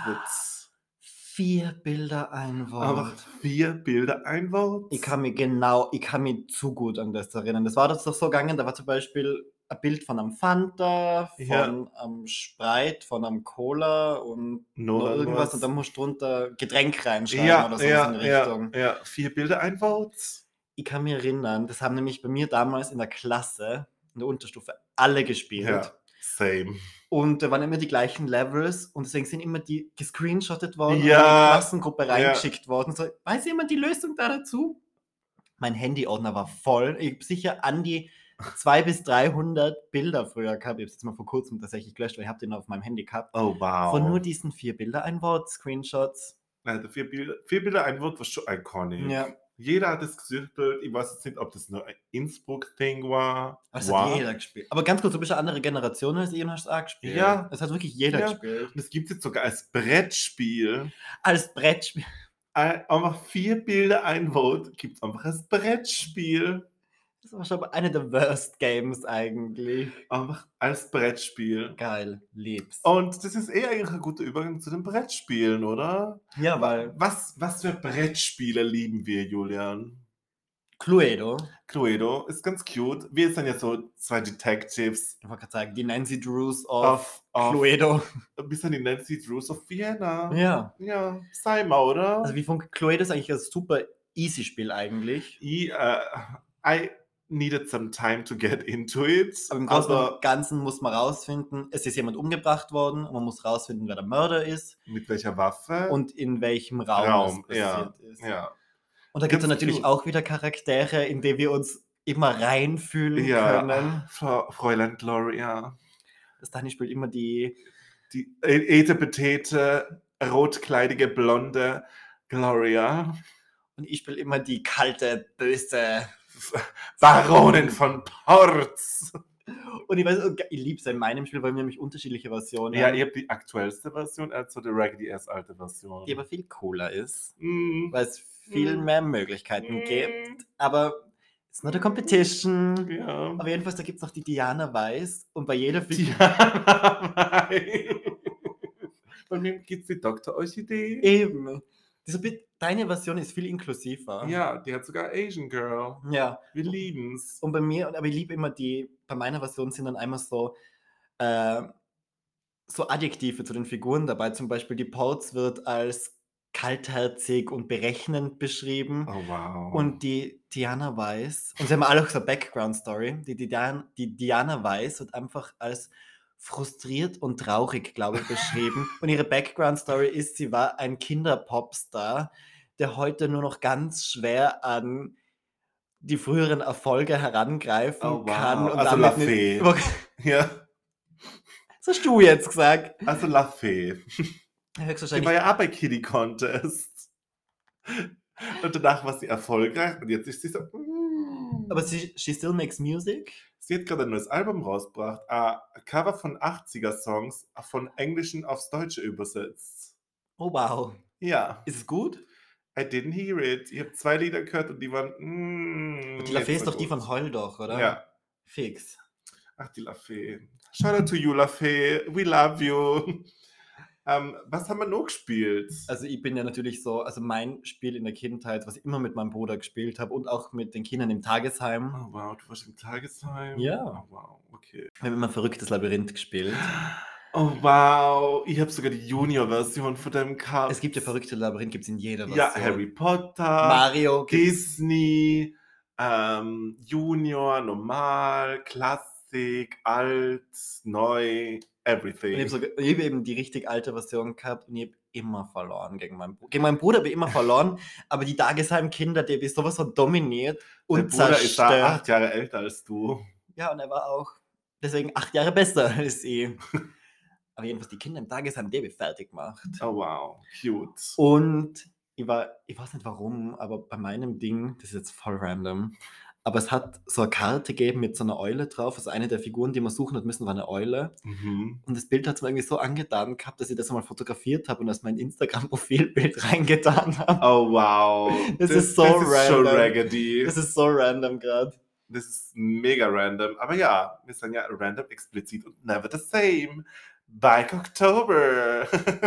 A: Vier Bilder, ein Wort.
B: Aber vier Bilder, ein Wort.
A: Ich kann mich genau, ich kann mich zu gut an das erinnern. Das war das doch so gegangen, da war zum Beispiel ein Bild von einem Fanta, von
B: Ja.
A: einem Sprite, von einem Cola und
B: nur
A: noch irgendwas und dann musst du drunter Getränk reinschreiben
B: ja,
A: oder sowas
B: ja,
A: in die Richtung.
B: Ja, ja, vier Bilder, ein Wort.
A: Ich kann mich erinnern, das haben nämlich bei mir damals in der Klasse, in der Unterstufe, alle gespielt.
B: Ja. Same.
A: Und da waren immer die gleichen Levels und deswegen sind immer die gescreenshottet worden und in die
B: Ja,
A: Klassengruppe
B: ja.
A: reingeschickt worden. So, weiß jemand die Lösung da dazu? Mein Handyordner war voll. Ich habe sicher an die 200 bis 300 Bilder früher gehabt. Ich habe jetzt mal vor kurzem tatsächlich gelöscht, weil ich habe den auf meinem Handy gehabt.
B: Oh, wow.
A: Von nur diesen vier Bilder ein Wort, Screenshots.
B: Nein, also vier Bilder, vier Bilder, ein Wort war schon iconic.
A: Ja.
B: Jeder hat es gesüchtelt. Ich weiß jetzt nicht, ob das nur ein Innsbruck-Ding war.
A: Aber das
B: War.
A: hat Also jeder gespielt. Aber ganz kurz, du bist eine andere Generation als ihr und hast es auch gespielt.
B: Ja.
A: Das hat wirklich jeder
B: Ja.
A: gespielt.
B: Und es gibt jetzt sogar als Brettspiel.
A: Als Brettspiel.
B: ein- einfach vier Bilder, ein Vote, gibt einfach ein Brettspiel.
A: Das war schon eine der Worst Games eigentlich.
B: Einfach als Brettspiel.
A: Geil, lieb's.
B: Und das ist eh eigentlich ein guter Übergang zu den Brettspielen, oder?
A: Ja, weil
B: Was, was für Brettspiele lieben wir, Julian?
A: Cluedo,
B: Cluedo ist ganz cute. Wir sind ja so zwei Detectives.
A: ich wollte gerade sagen, die Nancy Drews of,
B: Auf, auf
A: Cluedo.
B: ein bisschen die Nancy Drews of Vienna. Ja,
A: Ja.
B: Seimer, oder?
A: Also wie von Cluedo ist eigentlich ein super easy Spiel eigentlich.
B: I, äh, I needed some time to get into it.
A: Aber im Großen
B: aber
A: und Ganzen muss man rausfinden, es ist jemand umgebracht worden und man muss rausfinden, wer der Mörder ist
B: mit welcher Waffe?
A: und in welchem Raum,
B: Raum,
A: das
B: ja,
A: passiert ist.
B: ja.
A: Und da gibt es
B: Ganz
A: natürlich
B: cute.
A: auch wieder Charaktere, in die wir uns immer reinfühlen können.
B: ja. Frau, Fräulein Gloria.
A: Das Dani spielt immer die
B: Die e- etepetete, rotkleidige, blonde Gloria.
A: und ich spiele immer die kalte, böse.
B: Baronin von Porz.
A: Und ich weiß, oh, ge- ich liebe es in meinem Spiel, weil wir nämlich unterschiedliche Versionen
B: Ja,
A: haben,
B: ich habe die aktuellste Version, also die Raggedy Ass alte Version.
A: die aber viel cooler ist,
B: Mm.
A: weil es viel
B: Mhm.
A: mehr Möglichkeiten
B: Mm.
A: gibt. Aber it's not a competition.
B: Ja.
A: Aber jedenfalls, da gibt es noch die Diana Weiß und bei jeder Figur.
B: Diana Mai. Von wem gibt's die Dr. Orchidee?
A: Eben. Diese Bit Deine Version ist viel inklusiver.
B: Ja, die hat sogar Asian Girl.
A: Ja.
B: Wir lieben's.
A: Und bei mir, und- aber ich liebe immer die, bei meiner Version sind dann einmal so, äh, so Adjektive zu den Figuren dabei. Zum Beispiel die Ports wird als kaltherzig und berechnend beschrieben.
B: Oh wow.
A: Und die Diana Weiss, und sie haben alle auch so eine Background-Story, die, die, Dan- die Diana Weiss wird einfach als frustriert und traurig, glaube ich, beschrieben. Und ihre Background-Story ist, sie war ein Kinderpopstar, der heute nur noch ganz schwer an die früheren Erfolge herangreifen
B: Oh, wow.
A: kann. Und
B: Also
A: damit
B: La
A: nicht-
B: ja,
A: Das hast du jetzt gesagt.
B: also La Fee. Die
A: Höchstwahrscheinlich.
B: war ja auch bei Kitty Contest. Und danach war sie erfolgreich und jetzt ist sie so. mm.
A: aber sie, she still makes music.
B: Sie hat gerade ein neues Album rausgebracht, äh, ein Cover von 80er-Songs von Englischen aufs Deutsche übersetzt.
A: Oh
B: Mm,
A: wow.
B: Ja,
A: Ist es gut?
B: I didn't hear it. Ich habe zwei Lieder gehört und die waren. Mm,
A: Und die Lafay
B: jetzt
A: ist
B: mal
A: doch die
B: gut.
A: von Holdoch, oder?
B: Ja,
A: Fix.
B: ach, die Lafay. Shout out to you, Lafay. We love you. Ähm, was haben wir noch gespielt?
A: Also ich bin ja natürlich so, also mein Spiel in der Kindheit, was ich immer mit meinem Bruder gespielt habe und auch mit den Kindern im Tagesheim.
B: oh, wow, du warst im Tagesheim.
A: Ja.
B: Oh, wow, okay.
A: Wir haben immer verrücktes Labyrinth gespielt.
B: Oh, wow. Ich habe sogar die Junior-Version von deinem Cover.
A: Es gibt ja verrückte Labyrinth, gibt es in jeder Version.
B: Ah. Ja, Harry Potter.
A: Mario. gibt's-
B: Disney, ähm, Junior, Normal, Klassik, Alt, Neu,
A: Und ich
B: everything.
A: habe sogar- ich hab eben die richtig alte Version gehabt und ich habe immer verloren gegen meinen Bruder. Gegen meinen Bruder habe ich immer verloren, aber die Tagesheim-Kinder, die habe ich sowas von dominiert
B: Dein
A: und
B: Bruder ist da
A: zerstört.
B: acht Jahre älter als du.
A: Ja, und er war auch deswegen acht Jahre besser als ich. Aber jedenfalls die Kinder im Tagesheim, die habe ich fertig gemacht.
B: Oh wow, cute.
A: Oh. Und ich war, ich weiß nicht warum, aber bei meinem Ding, das ist jetzt voll random, aber es hat so eine Karte gegeben mit so einer Eule drauf. Also eine der Figuren, die man suchen hat müssen, war eine Eule.
B: Mhm.
A: Und das Bild hat es mir irgendwie so angetan gehabt, dass ich das einmal fotografiert habe und das mein Instagram-Profilbild reingetan habe.
B: Oh wow.
A: Das ist so
B: das Ist
A: random.
B: schon raggedy.
A: Das ist so random gerade.
B: Das ist mega random. Aber ja, wir sagen ja random, explizit und never the same. Bike October.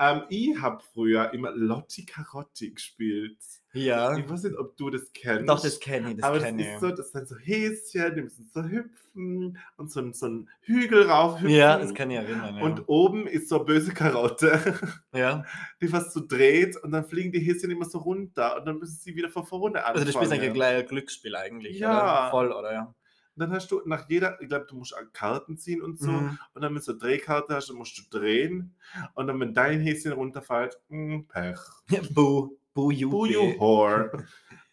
B: ähm, ich habe früher immer Lotti Carotti gespielt.
A: Ja.
B: Ich weiß nicht, ob du das kennst.
A: Doch, das kenne ich, das
B: aber
A: kenne
B: das
A: ich.
B: ist so, das sind so Häschen, die müssen so hüpfen und so, so einen Hügel raufhüpfen.
A: ja, das kann ich erinnern. Ja.
B: Und oben ist so eine böse Karotte,
A: ja.
B: die was so dreht und dann fliegen die Häschen immer so runter und dann müssen sie wieder von vorne anfangen.
A: Also du spielst eigentlich gleich ein Glücksspiel eigentlich,
B: Ja.
A: oder? Voll, oder? Ja.
B: Dann hast du nach jeder, ich glaube, du musst auch Karten ziehen und so.
A: Mhm.
B: Und dann, wenn du eine Drehkarte hast, dann musst du drehen. Und dann, wenn dein Häschen runterfällt, mh, Pech.
A: Boo. Boo, you.
B: Boo, you whore.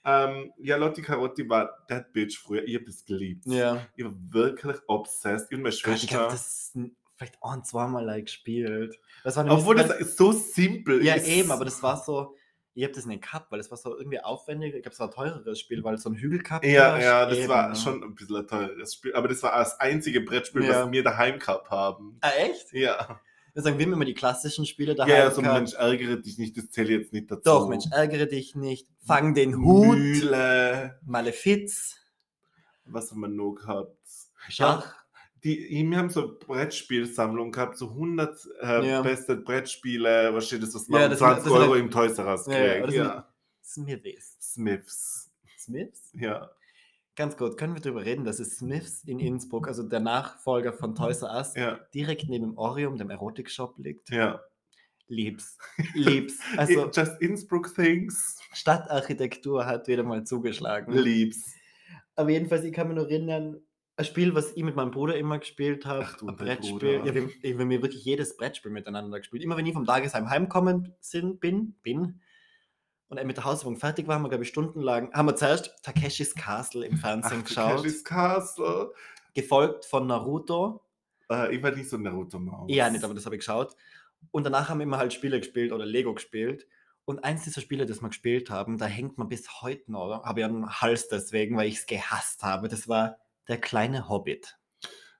B: ähm, ja, Lotti Carotti war that bitch früher. Ich hab das geliebt.
A: Ja.
B: Ich war wirklich obsessed. Ich und meine
A: Gott, Ah, ich glaube,
B: Schwester.
A: das ist n- vielleicht ein, zweimal like, gespielt. Das war nämlich-
B: Obwohl das
A: weil-
B: ist so simpel
A: Ja,
B: ist.
A: eben, aber das war so. Ich habe das nicht gehabt, weil das war so irgendwie aufwendiger. Ich glaube, es war ein teureres Spiel, weil so ein Hügel gehabt
B: Ja,
A: hast.
B: ja, das
A: Eben,
B: war
A: ne?
B: schon ein bisschen ein teures Spiel. Aber das war das einzige Brettspiel,
A: Ja.
B: was wir daheim gehabt haben.
A: Ah, echt?
B: Ja.
A: Wir sagen, wir haben immer die klassischen Spiele
B: Ja,
A: daheim.
B: ja, so
A: gehabt.
B: Mensch, ärgere dich nicht, das zählt jetzt nicht dazu.
A: halt Doch, Mensch, ärgere dich nicht. Fang den Hut.
B: Mühle.
A: Malefiz.
B: Was haben wir noch gehabt?
A: Schach.
B: Die, wir haben so eine Brettspielsammlung gehabt, so 100 äh,
A: Ja.
B: beste Brettspiele, was steht das, was man
A: Ja,
B: um
A: das sind-
B: 20
A: das sind
B: Euro
A: halt-
B: im Toys R Us
A: Ja, ja,
B: kriegt.
A: das
B: Ja,
A: sind- Smiths.
B: Smiths.
A: Smiths?
B: Ja.
A: Ganz gut. Können wir darüber reden, dass es Smiths in Innsbruck, also der Nachfolger von Toys R Us,
B: Mhm. Ja,
A: direkt neben dem Orium, dem Erotikshop liegt?
B: ja.
A: Lieb's. Lieb's. Also
B: It, just Innsbruck Things.
A: Stadtarchitektur hat wieder mal zugeschlagen.
B: Liebs.
A: Aber jedenfalls, ich kann mich noch erinnern, ein Spiel, was ich mit meinem Bruder immer gespielt habe,
B: Ach du,
A: ein
B: dein
A: Brettspiel.
B: Bruder.
A: Ja, wir, haben- wir haben wirklich jedes Brettspiel miteinander gespielt. Immer wenn ich vom Tagesheim heimkommen sind, bin, bin und er mit der Hausübung fertig war, haben wir, glaube ich, stundenlang, haben wir zuerst Takeshis Castle im Fernsehen
B: Ach,
A: geschaut,
B: Takeshis Castle.
A: gefolgt von Naruto.
B: Äh, ich war nicht so Naruto-Maus.
A: Ja, nicht, aber das habe ich geschaut. Und danach haben wir immer halt Spiele gespielt oder Lego gespielt. Und eins dieser Spiele, das wir gespielt haben, da hängt man bis heute noch, habe ich einen Hals deswegen, weil ich es gehasst habe. Das war der kleine Hobbit.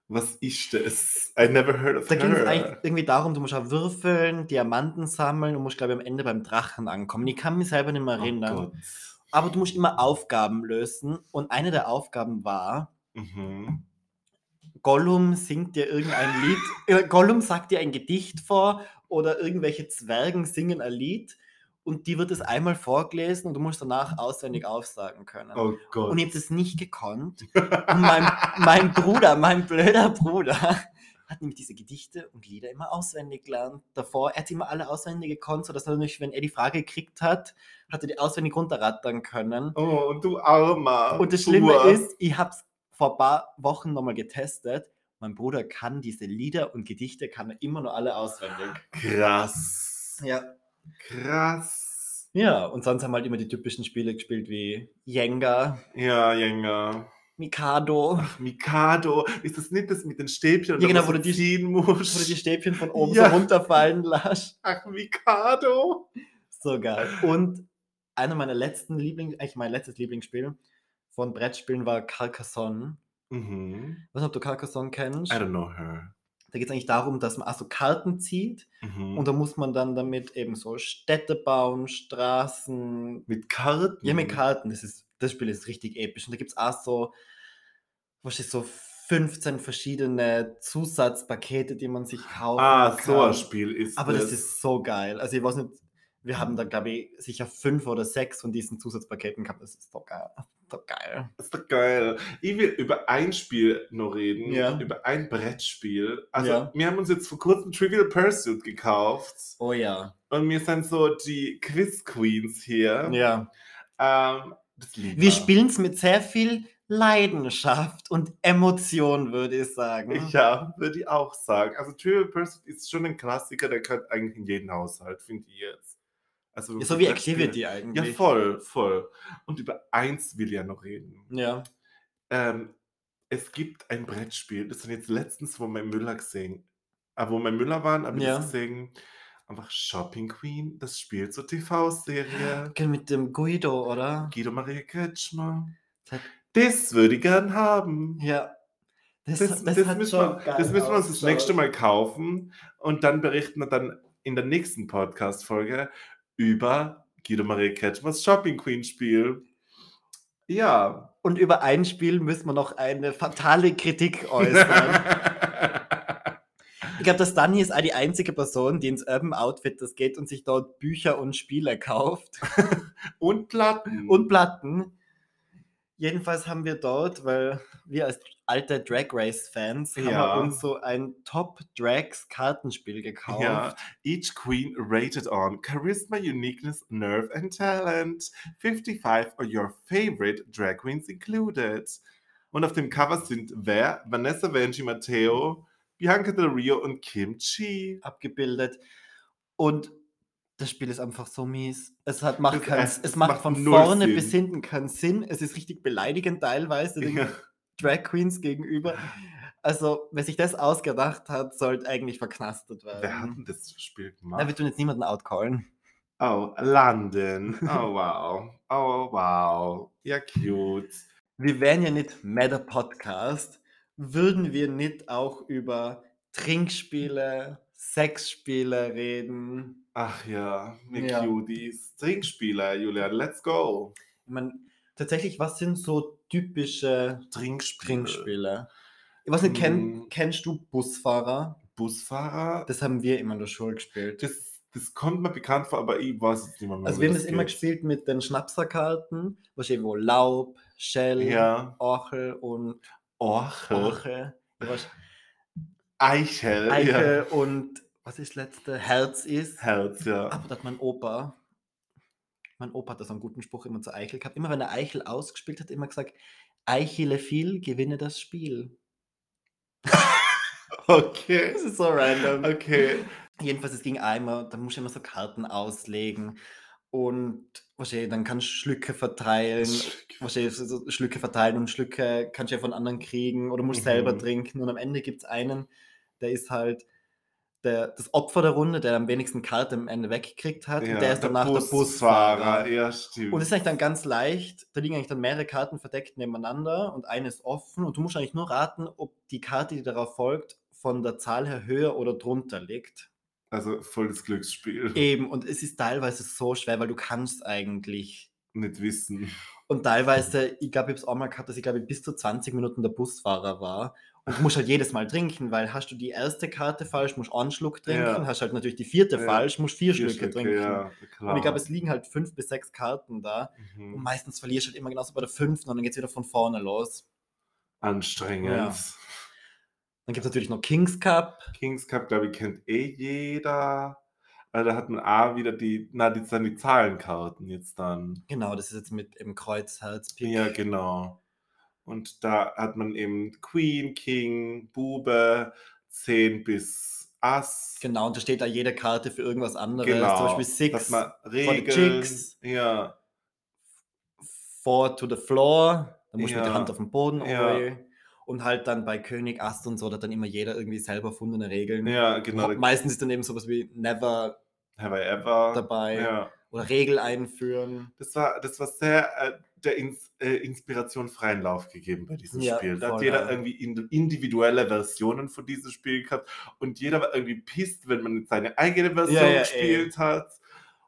B: Was ist das? I never heard of
A: Da ging es
B: her.
A: eigentlich irgendwie darum, du musst auch würfeln, Diamanten sammeln und musst, glaube ich, am Ende beim Drachen ankommen. Ich kann mich selber nicht mehr
B: Oh
A: erinnern.
B: Gott.
A: aber du musst immer Aufgaben lösen. Und eine der Aufgaben war,
B: Mhm.
A: Gollum singt dir irgendein Lied, äh, Gollum sagt dir ein Gedicht vor oder irgendwelche Zwergen singen ein Lied und die wird es einmal vorgelesen und du musst danach auswendig aufsagen können.
B: Oh Gott.
A: Und ich habe das nicht gekonnt. Und mein, mein Bruder, mein blöder Bruder, hat nämlich diese Gedichte und Lieder immer auswendig gelernt. Davor, er hat sie immer alle auswendig gekonnt, sodass er natürlich, wenn er die Frage gekriegt hat, hat er die auswendig runterrattern können.
B: Oh, und du armer.
A: Und das Schlimme
B: Bauer.
A: ist, ich habe es vor ein paar Wochen nochmal getestet. Mein Bruder kann diese Lieder und Gedichte, kann er immer noch alle auswendig.
B: Krass.
A: Ja.
B: Krass.
A: Ja, und sonst haben halt immer die typischen Spiele gespielt wie Jenga,
B: Ja, Jenga.
A: Mikado,
B: Mikado. Ist das nicht das mit den Stäbchen? und
A: Ja,
B: da
A: genau,
B: musst
A: wo
B: du
A: du die-
B: ziehen
A: wo du
B: musst?
A: die Stäbchen von oben
B: Ja.
A: so runterfallen lässt.
B: Ach, Mikado.
A: So geil. Und einer meiner letzten Lieblings, eigentlich mein letztes Lieblingsspiel von Brettspielen war Carcassonne.
B: Mhm.
A: Ich weiß nicht, ob du Carcassonne kennst.
B: I don't know her.
A: Da geht es eigentlich darum, dass man also Karten zieht
B: Mhm.
A: Und da muss man dann damit eben so Städte bauen, Straßen.
B: mit Karten.
A: Ja, mit Karten. Das, ist, das Spiel ist richtig episch. Und da gibt es auch so, was ist so 15 verschiedene Zusatzpakete, die man sich kaufen
B: Ah,
A: kann.
B: so ein Spiel ist
A: Aber
B: das.
A: das ist so geil. Also ich weiß nicht, wir haben da, glaube ich, sicher fünf oder sechs von diesen Zusatzpaketen gehabt. Das ist doch geil. So geil.
B: Das ist doch geil. Ich will über ein Spiel noch reden,
A: Ja.
B: über ein Brettspiel. Also,
A: Ja.
B: wir haben uns jetzt vor kurzem Trivial Pursuit gekauft
A: Oh ja.
B: und wir sind so die Quiz Queens hier.
A: Ja.
B: Ähm, das lieb
A: Wir
B: ich.
A: spielen es mit sehr viel Leidenschaft und Emotion, würde ich sagen.
B: Ja, würde ich auch sagen. Also, Trivial Pursuit ist schon ein Klassiker, der gehört eigentlich in jeden Haushalt, finde ich jetzt. Also, wenn
A: Ja,
B: man
A: so wie
B: Brettspiele-
A: Activity
B: Ja,
A: eigentlich.
B: voll, voll. Und über eins will ich ja noch reden.
A: Ja.
B: Ähm, es gibt ein Brettspiel, das sind jetzt letztens, wo wir im Müller gesehen, äh, wo wir im Müller waren, aber
A: Ja.
B: ja. gesehen, einfach Shopping Queen, das Spiel zur TV-Serie.
A: Gell, Mit dem Guido, oder?
B: Guido Maria Kretschmer.
A: Ah. Das-
B: Das würde ich gern haben.
A: Ja. Das,
B: Das, das,
A: das hat
B: müssen
A: schon
B: wir,
A: geil
B: das müssen wir uns das
A: ausgeschaut.
B: nächste Mal kaufen und dann berichten wir dann in der nächsten Podcast-Folge über Guido Maria Kretschmers Shopping Queen-Spiel. Ja.
A: Und über ein Spiel müssen wir noch eine fatale Kritik äußern. ich glaube, dass Dani ist auch die einzige Person, die ins Urban Outfit das geht und sich dort Bücher und Spiele kauft
B: und Platten.
A: und Platten. Jedenfalls haben wir dort, weil wir als alte Drag Race Fans haben
B: Ja.
A: wir uns so ein Top Drags Kartenspiel gekauft.
B: Ja, each queen rated on charisma, uniqueness, nerve and talent. 55 are your favorite drag queens included. Und auf dem Cover sind wer? Vanessa Vanji Matteo, Bianca Del Rio und Kim Chi.
A: abgebildet. Und das Spiel ist einfach so mies. Es hat, macht,
B: Das-
A: keinen,
B: es-
A: es,
B: es
A: macht,
B: macht
A: von
B: null
A: vorne
B: Sinn.
A: bis hinten keinen Sinn. Es ist richtig beleidigend teilweise den
B: Ja,
A: Drag Queens gegenüber. Also, wer sich das ausgedacht hat, sollte eigentlich verknastet
B: wer hat
A: werden.
B: denn das Spiel
A: Mhm. Na,
B: gemacht?
A: wir tun jetzt niemanden outcallen.
B: Oh, London. Oh, wow. Oh, wow. Ja, cute.
A: Wir wären ja nicht Meta Podcast, würden wir nicht auch über Trinkspiele, Sexspiele reden.
B: Ach ja, mit
A: Ja.
B: Cuties. Trinkspieler, Julian, let's go.
A: Ich meine, tatsächlich, was sind so typische
B: Trinkspiele.
A: Trinkspiele? Ich weiß nicht, kenn,
B: Mm.
A: kennst du Busfahrer?
B: Busfahrer. Das,
A: Das haben wir immer in der Schule gespielt.
B: das, kommt mir bekannt vor, aber ich weiß jetzt nicht mehr.
A: Also
B: wie
A: wir haben das immer
B: geht.
A: gespielt mit den Schnapserkarten, was eben wo Laub, Shell,
B: Ja.
A: Orchel und
B: Orchel.
A: Orche, was-
B: Eichel. Äh, Ja.
A: Eiche und was ist das letzte? Herz ist.
B: Herz, ja.
A: Aber das hat mein Opa, mein Opa hat das einen guten Spruch immer zur Eichel gehabt. Immer wenn er Eichel ausgespielt hat, immer gesagt, Eichele viel, gewinne das Spiel.
B: Okay.
A: Das ist so random.
B: Okay.
A: Jedenfalls, es ging einmal, dann musst du immer so Karten auslegen und wahrscheinlich, dann kannst du Schlücke verteilen wahrscheinlich so- so Schlücke verteilen und Schlücke kannst du ja von anderen kriegen oder musst selber
B: Mhm.
A: trinken. Und am Ende gibt es einen, der ist halt der, das Opfer der Runde, der am wenigsten Karte am Ende weggekriegt hat.
B: Ja,
A: und der ist danach der Busfahrer.
B: Ja, stimmt.
A: Und es ist eigentlich dann ganz leicht, da liegen eigentlich dann mehrere Karten verdeckt nebeneinander und eine ist offen und du musst eigentlich nur raten, ob die Karte, die darauf folgt, von der Zahl her höher oder drunter liegt.
B: also voll das Glücksspiel.
A: Eben, und es ist teilweise so schwer, weil du kannst eigentlich
B: Nicht wissen.
A: Und teilweise, ich glaube, ich habe es auch mal gehabt, dass ich glaube, ich bis zu 20 Minuten der Busfahrer war. Und musst halt jedes Mal trinken, weil hast du die erste Karte falsch, musst einen Schluck trinken,
B: Ja.
A: hast halt natürlich die vierte
B: Ja.
A: falsch, musst vier,
B: Vier
A: Schlücke trinken.
B: Ja, klar.
A: Und ich glaube, es liegen halt fünf bis sechs Karten da. Und
B: Mhm.
A: meistens verlierst du halt immer genauso bei der fünften und dann geht es wieder von vorne los.
B: Anstrengend.
A: Dann gibt es natürlich noch Kings Cup.
B: Kings Cup, glaube ich, kennt eh jeder. Also da hat man A wieder die, na, die, dann die Zahlenkarten jetzt dann.
A: Genau, das ist jetzt mit im Kreuz, Herz, Pik.
B: Ja, genau. Und da hat man eben Queen, King, Bube, 10 bis Ass.
A: Genau, und da steht da jede Karte für irgendwas anderes.
B: Genau.
A: Zum Beispiel
B: Dass
A: Six,
B: man
A: the
B: Regeln.
A: Chicks.
B: Ja,
A: four to the floor, dann musst du mit
B: Ja.
A: der Hand auf den Boden
B: Ja.
A: oben. und halt dann bei König, Ast und so, da hat dann immer jeder irgendwie selber erfundene Regeln.
B: ja, genau. da-
A: Meistens ist dann eben sowas wie Never
B: Have I ever.
A: dabei
B: Ja.
A: oder Regel einführen.
B: Das war, das war sehr äh, der Ins äh, Inspiration freien Lauf gegeben bei diesem
A: Ja,
B: Spiel. Da hat
A: voll,
B: jeder
A: ja.
B: irgendwie ind- individuelle Versionen von diesem Spiel gehabt und jeder war irgendwie pisst, wenn man seine eigene Version
A: ja, ey.
B: gespielt hat.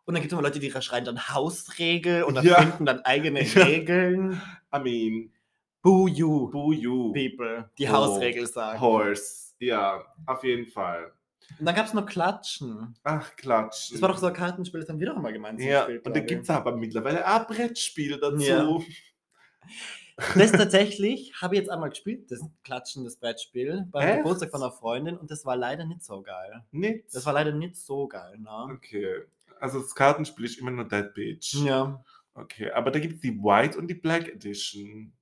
A: Und dann gibt es immer Leute, die schreien dann Hausregel und
B: Ja.
A: erfinden dann eigene
B: Ja.
A: Regeln.
B: I mean,
A: Boo you,
B: boo you,
A: people, die
B: Oh.
A: Hausregel sagen.
B: horse. Ja, auf jeden Fall.
A: Und dann gab es noch Klatschen.
B: Ach, Klatsch.
A: Das war doch so ein Kartenspiel, das haben wir doch mal gemeinsam
B: Ja,
A: gespielt.
B: und da
A: glaub ich.
B: gibt es aber mittlerweile auch Brettspiele dazu.
A: Ja. Das tatsächlich habe ich jetzt einmal gespielt, das Klatschen, das Brettspiel, beim
B: Echt?
A: Geburtstag von einer Freundin und das war leider nicht so geil.
B: Nichts.
A: Das war leider nicht so geil, ne?
B: okay. Also das Kartenspiel ist immer nur Dead Bitch.
A: Ja.
B: Okay, aber da gibt es die White und die Black Edition.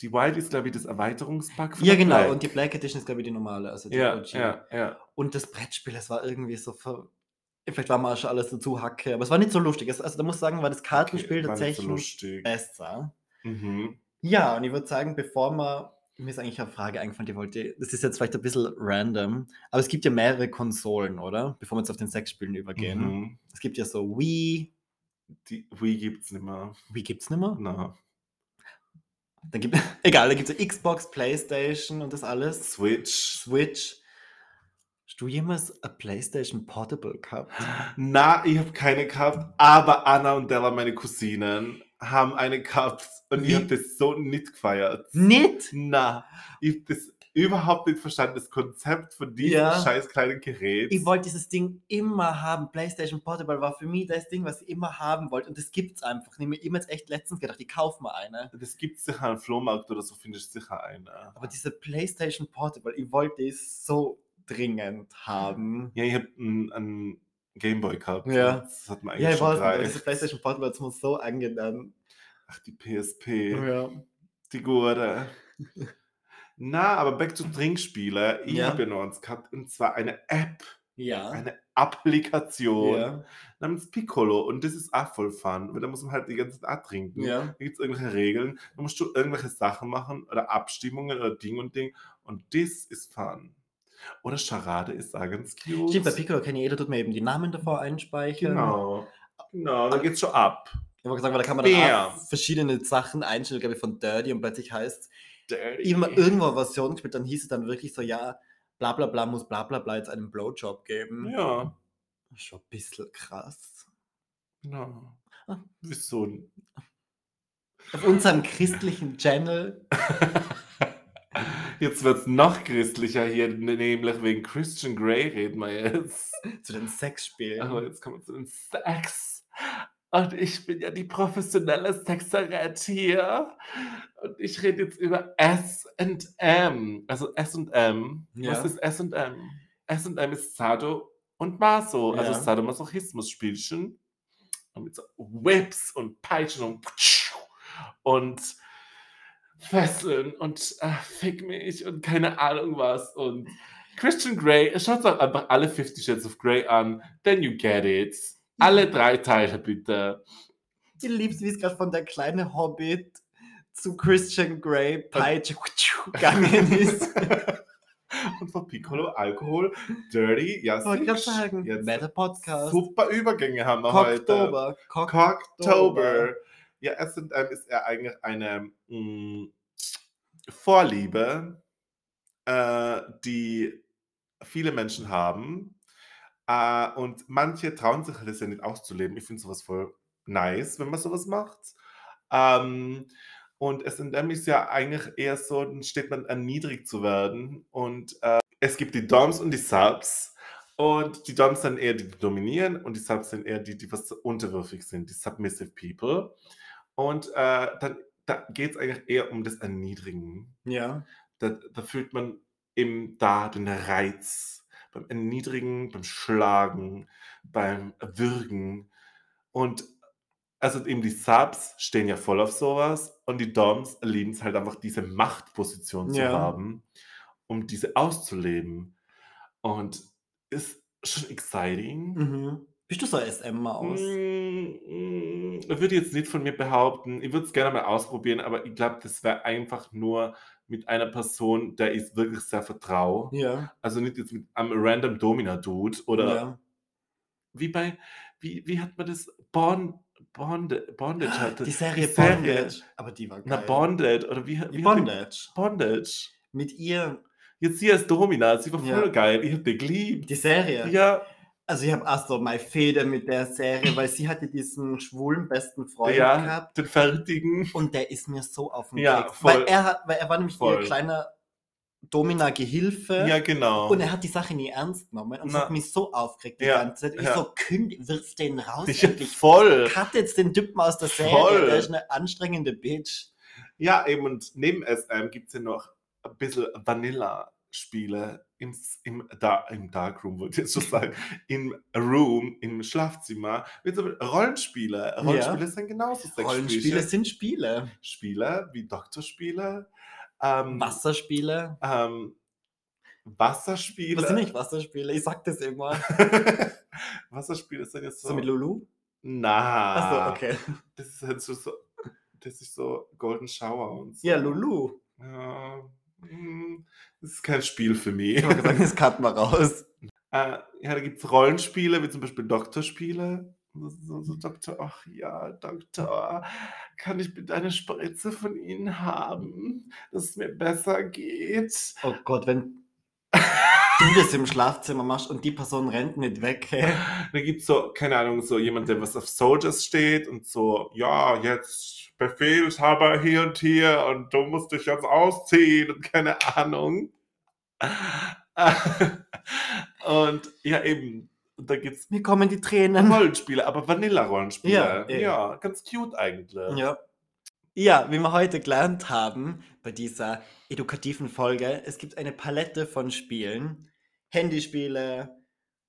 B: Die White ist, glaube ich, das Erweiterungspack
A: Ja,
B: der
A: genau.
B: Black.
A: Und die Black Edition ist, glaube ich, die normale. Also die
B: ja,
A: OG.
B: ja, ja.
A: Und das Brettspiel, das war irgendwie so. Ver Vielleicht war mal schon alles dazu Hacke, aber es war nicht so lustig. Es- Also da muss ich sagen, war das Kartenspiel
B: Okay, war nicht so
A: tatsächlich
B: lustig.
A: besser.
B: Mhm.
A: Ja, und ich würde sagen, bevor wir. Mir ist eigentlich eine Frage eingefallen, die wollte. Das ist jetzt vielleicht ein bisschen random, aber es gibt ja mehrere Konsolen, oder? Bevor wir jetzt auf den Sexspielen übergehen.
B: Mhm.
A: Es gibt ja so Wii.
B: Die Wii gibt es nicht mehr.
A: Wii gibt's nicht mehr.
B: Na,
A: Dann gibt, egal, da gibt es ja Xbox, Playstation und das alles.
B: Switch.
A: Switch. Hast du jemals eine Playstation Portable gehabt?
B: Na, ich habe keine gehabt, aber Anna und Della, meine Cousinen, haben eine gehabt und ich
A: Wie?
B: habe das so nicht gefeiert.
A: Nicht?
B: Na, ich habe das überhaupt nicht verstanden, das Konzept von diesem
A: Ja.
B: scheiß kleinen Gerät.
A: Ich wollte dieses Ding immer haben. Playstation Portable war für mich das Ding, was ich immer haben wollte. Und das gibt's einfach nicht mehr. Ich habe mir jetzt echt letztens gedacht, ich kaufe mir eine.
B: Das gibt es sicher am Flohmarkt oder so, findest du sicher äh. eine.
A: Aber diese Playstation Portable, ich wollte es so dringend haben.
B: Ja, ich habe einen Gameboy gehabt.
A: Ja.
B: Das hat man eigentlich
A: Ja, ich
B: schon
A: weiß nicht, aber
B: gereicht.
A: diese Playstation Portable hat mir so angenommen.
B: Ach, die PSP,
A: Ja.
B: die Gurde. Na, aber back to Trinkspiele. Ich
A: Ja.
B: habe ja noch eins gehabt, und zwar eine App,
A: Ja.
B: eine Applikation
A: Ja.
B: namens Piccolo. Und das ist auch voll fun, weil da muss man halt die ganze Zeit auch trinken.
A: ja.
B: Da gibt es irgendwelche Regeln, da musst du irgendwelche Sachen machen oder Abstimmungen oder Ding und Ding. Und das ist fun. Oder Charade ist auch ganz cute.
A: Stimmt, bei Piccolo kennt jeder, tut mir eben die Namen davor einspeichern.
B: Genau. Genau, da geht's schon ab.
A: Ich wollte sagen, weil da kann man dann
B: Bam.
A: auch verschiedene Sachen einstellen, glaube ich, von Dirty und plötzlich heißt
B: Dirty.
A: immer irgendwo eine Version gespielt, dann hieß es dann wirklich so, ja, bla bla bla muss bla bla bla jetzt einen Blowjob geben.
B: Ja.
A: Schon ein bisschen krass.
B: ja. Wie Ah, so ein.
A: Auf unserem christlichen Channel.
B: Jetzt wird es noch christlicher hier, nämlich wegen Christian Grey reden wir jetzt.
A: Zu den Sexspielen.
B: Aber jetzt kommen wir zu den Sex. Und ich bin ja die professionelle Sexerette hier. Und ich rede jetzt über SM. Also SM.
A: Ja.
B: Was ist SM? SM ist Sado und Maso. Also
A: Ja.
B: Sadomasochismus-Spielchen. Und mit so Whips und Peitschen und und Fesseln und äh, Fick mich und keine Ahnung was. Und Christian Grey, schaut euch einfach alle 50 Shades of Grey an, then you get it. Alle drei Teile bitte.
A: Ich lieb's, wie es gerade von der kleine Hobbit zu Christian Grey Peitsche gegangen ist.
B: Und von Piccolo, Alkohol, Dirty, ja,
A: Ich wollte gerade
B: Six.
A: sagen,
B: Jetzt
A: Meta Podcast.
B: super Übergänge haben wir heute.
A: Cocktober. Cock
B: Cocktober. Ja, SM ist er eigentlich eine mh, Vorliebe, äh, die viele Menschen haben. Äh, und manche trauen sich das ja nicht auszuleben. Ich finde sowas voll nice, wenn man sowas macht. Ähm, und SM ist ja eigentlich eher so, dann steht man erniedrigt zu werden. Und äh, es gibt die Doms und die Subs. Und die Doms sind eher die, die dominieren und die Subs sind eher die, die was unterwürfig sind, die Submissive People. Und äh, dann da geht es eigentlich eher um das Erniedrigen.
A: ja.
B: Da, da fühlt man eben da den Reiz beim Erniedrigen, beim Schlagen, beim Würgen. Und also eben die Subs stehen ja voll auf sowas und die Doms lieben es halt einfach, diese Machtposition zu
A: Ja.
B: haben, um diese auszuleben. Und ist schon exciting.
A: Mhm. Bist du so ein SM-Maus?
B: Hm. Mm, mm, Ich würde jetzt nicht von mir behaupten, ich würde es gerne mal ausprobieren, aber ich glaube, das wäre einfach nur mit einer Person, der ich wirklich sehr vertraue.
A: Ja.
B: Also nicht jetzt mit einem random Domina-Dude oder
A: ja.
B: wie bei, wie, wie hat man das? Bond, Bond, Bondage hatte.
A: Die Serie
B: die Serie.
A: Bondage. Aber die war geil.
B: Na, Bonded oder wie, wie
A: Die
B: hat die-
A: Bondage.
B: Bondage.
A: Mit ihr.
B: Jetzt hier ist Domina, sie war
A: Ja.
B: voll geil, ich hab die geliebt.
A: Die Serie.
B: Ja,
A: Also ich habe auch so meine Feder mit der Serie, weil sie hatte diesen schwulen besten Freund
B: ja,
A: gehabt.
B: den fertigen.
A: Und der ist mir so auf den
B: Ja,
A: Keks.
B: voll.
A: Weil er, hat, weil er war nämlich ihr
B: Voll.
A: kleiner Domina-Gehilfe.
B: Ja, genau.
A: Und er hat die Sache nie ernst genommen und es
B: Na.
A: hat mich so aufgeregt die
B: Ja,
A: ganze Zeit. Ich
B: ja.
A: so, künd, wirf den raus.
B: ich
A: endlich.
B: voll.
A: Cut jetzt den Typen aus der Serie.
B: Voll.
A: Der ist eine anstrengende Bitch.
B: Ja, eben, und neben SM gibt es ja noch ein bisschen Vanilla-Spiele im, S- im, da, im Darkroom, wollte ich jetzt schon sagen, im Room, im Schlafzimmer, mit so Rollenspiele. Rollenspiele sind genauso
A: Rollenspiele
B: Sexspiele.
A: sind Spiele.
B: Spiele wie Doktorspiele, ähm,
A: Wasserspiele.
B: ähm, Wasserspiele.
A: Was sind nicht Wasserspiele? Ich sag das immer.
B: Wasserspiele sind jetzt so.
A: So mit Lulu?
B: Na,
A: Achso, okay.
B: das ist halt so, so, das ist so Golden Shower und so.
A: Ja, Lulu.
B: Ja, mm, das ist kein Spiel für mich.
A: Ich habe gesagt, das cutten wir raus.
B: Äh, ja, da gibt es Rollenspiele, wie zum Beispiel Doktorspiele. So, so, so, Doktor, ach ja, Doktor, kann ich bitte eine Spritze von Ihnen haben, dass es mir besser geht?
A: Oh Gott, wenn du das im Schlafzimmer machst und die Person rennt nicht weg. hä?
B: Da gibt es so, keine Ahnung, so jemand, der was auf Soldiers steht und so, ja, jetzt Befehlshaber hier und hier und du musst dich jetzt ausziehen und keine Ahnung. und ja, eben, da gibt es
A: Mir kommen die Tränen.
B: Rollenspiele, aber Vanilla-Rollenspiele.
A: Ja,
B: Ja,
A: eh.
B: ganz cute eigentlich.
A: Ja. Ja, wie wir heute gelernt haben bei dieser edukativen Folge, es gibt eine Palette von Spielen. Handyspiele,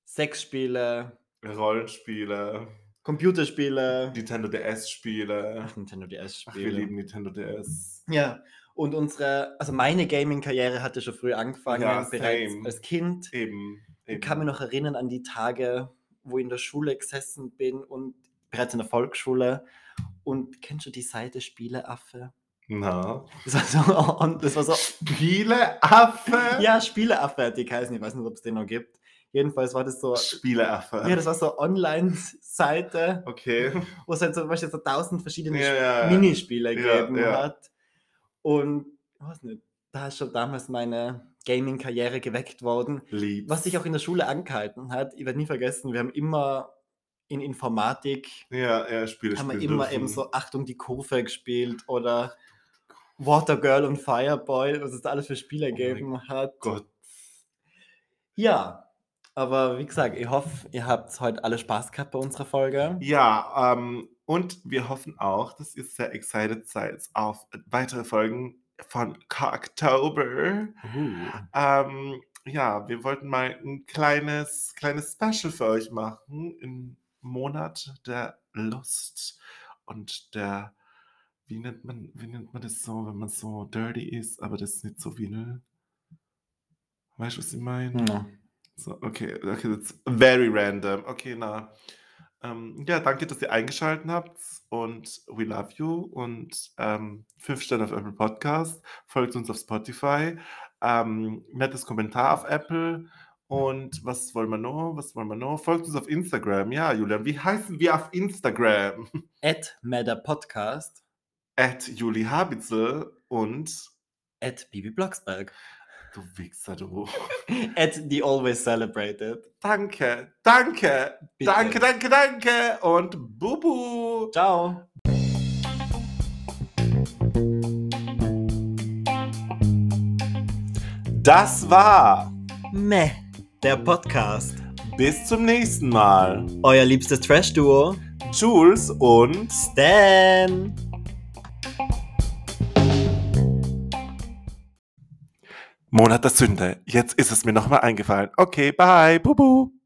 A: Sexspiele,
B: Rollenspiele,
A: Computerspiele,
B: Nintendo DS-Spiele.
A: Ach, Nintendo
B: Ach, wir
A: DS-Spiele.
B: lieben Nintendo DS.
A: Ja, und unsere, also meine Gaming-Karriere hatte schon früh angefangen,
B: Ja,
A: bereits
B: same.
A: als Kind.
B: Eben. eben.
A: Ich kann mich noch erinnern an die Tage, wo ich in der Schule gesessen bin und bereits in der Volksschule. Und kennst du die Seite Spieleaffe?
B: Na.
A: Das war so, und das war so
B: Spieleaffe?
A: ja, Spieleaffe hat die geheißen. Ich weiß nicht, ob es den noch gibt. Jedenfalls war das so,
B: Spieleaffe.
A: ja, das war so Online-Seite,
B: okay.
A: wo es halt zum Beispiel so tausend verschiedene
B: Ja, ja, ja.
A: Minispiele
B: Ja,
A: gegeben
B: ja.
A: hat. Und, ich weiß nicht, da ist schon damals meine Gaming-Karriere geweckt worden.
B: Lieb.
A: Was sich auch in der Schule angehalten hat, ich werde nie vergessen, wir haben immer in Informatik,
B: Ja, ja, Spiele
A: haben wir
B: spielen
A: immer
B: dürfen.
A: eben so Achtung die Kurve gespielt oder Water Girl und Fireboy, was es da alles für Spiele
B: Oh mein
A: gegeben hat.
B: Gott.
A: Ja, aber wie gesagt, ich hoffe, ihr habt heute alle Spaß gehabt bei unserer Folge.
B: Ja, ähm, und wir hoffen auch, dass ihr sehr excited seid auf weitere Folgen von Cocktober. Ähm, ja, wir wollten mal ein kleines, kleines Special für euch machen im Monat der Lust und der, wie nennt man, wie nennt man das so, wenn man so dirty ist, aber das ist nicht so Vinyl. Weißt du, was ich meine?
A: Ja.
B: So, okay, okay, that's very random. Okay, na. Ähm, ja, danke, dass ihr eingeschaltet habt und we love you und ähm, fünf Sterne auf Apple Podcast, folgt uns auf Spotify, ähm, nettes Kommentar auf Apple und was wollen wir noch, was wollen wir noch, folgt uns auf Instagram, ja, Julian, wie heißen wir auf Instagram?
A: At Matter Podcast,
B: At Juli Habitzel und
A: at Bibi Blocksberg,
B: du Wichser, du.
A: at The Always Celebrated.
B: Danke, danke,
A: Bitte.
B: danke, danke, danke und Bubu.
A: Ciao.
B: Das war
A: Meh, der Podcast.
B: bis zum nächsten Mal.
A: Euer liebstes Trash-Duo,
B: Jules und
A: Stan.
B: Monat der Sünde. Jetzt ist es mir nochmal eingefallen. Okay, bye. Bubu.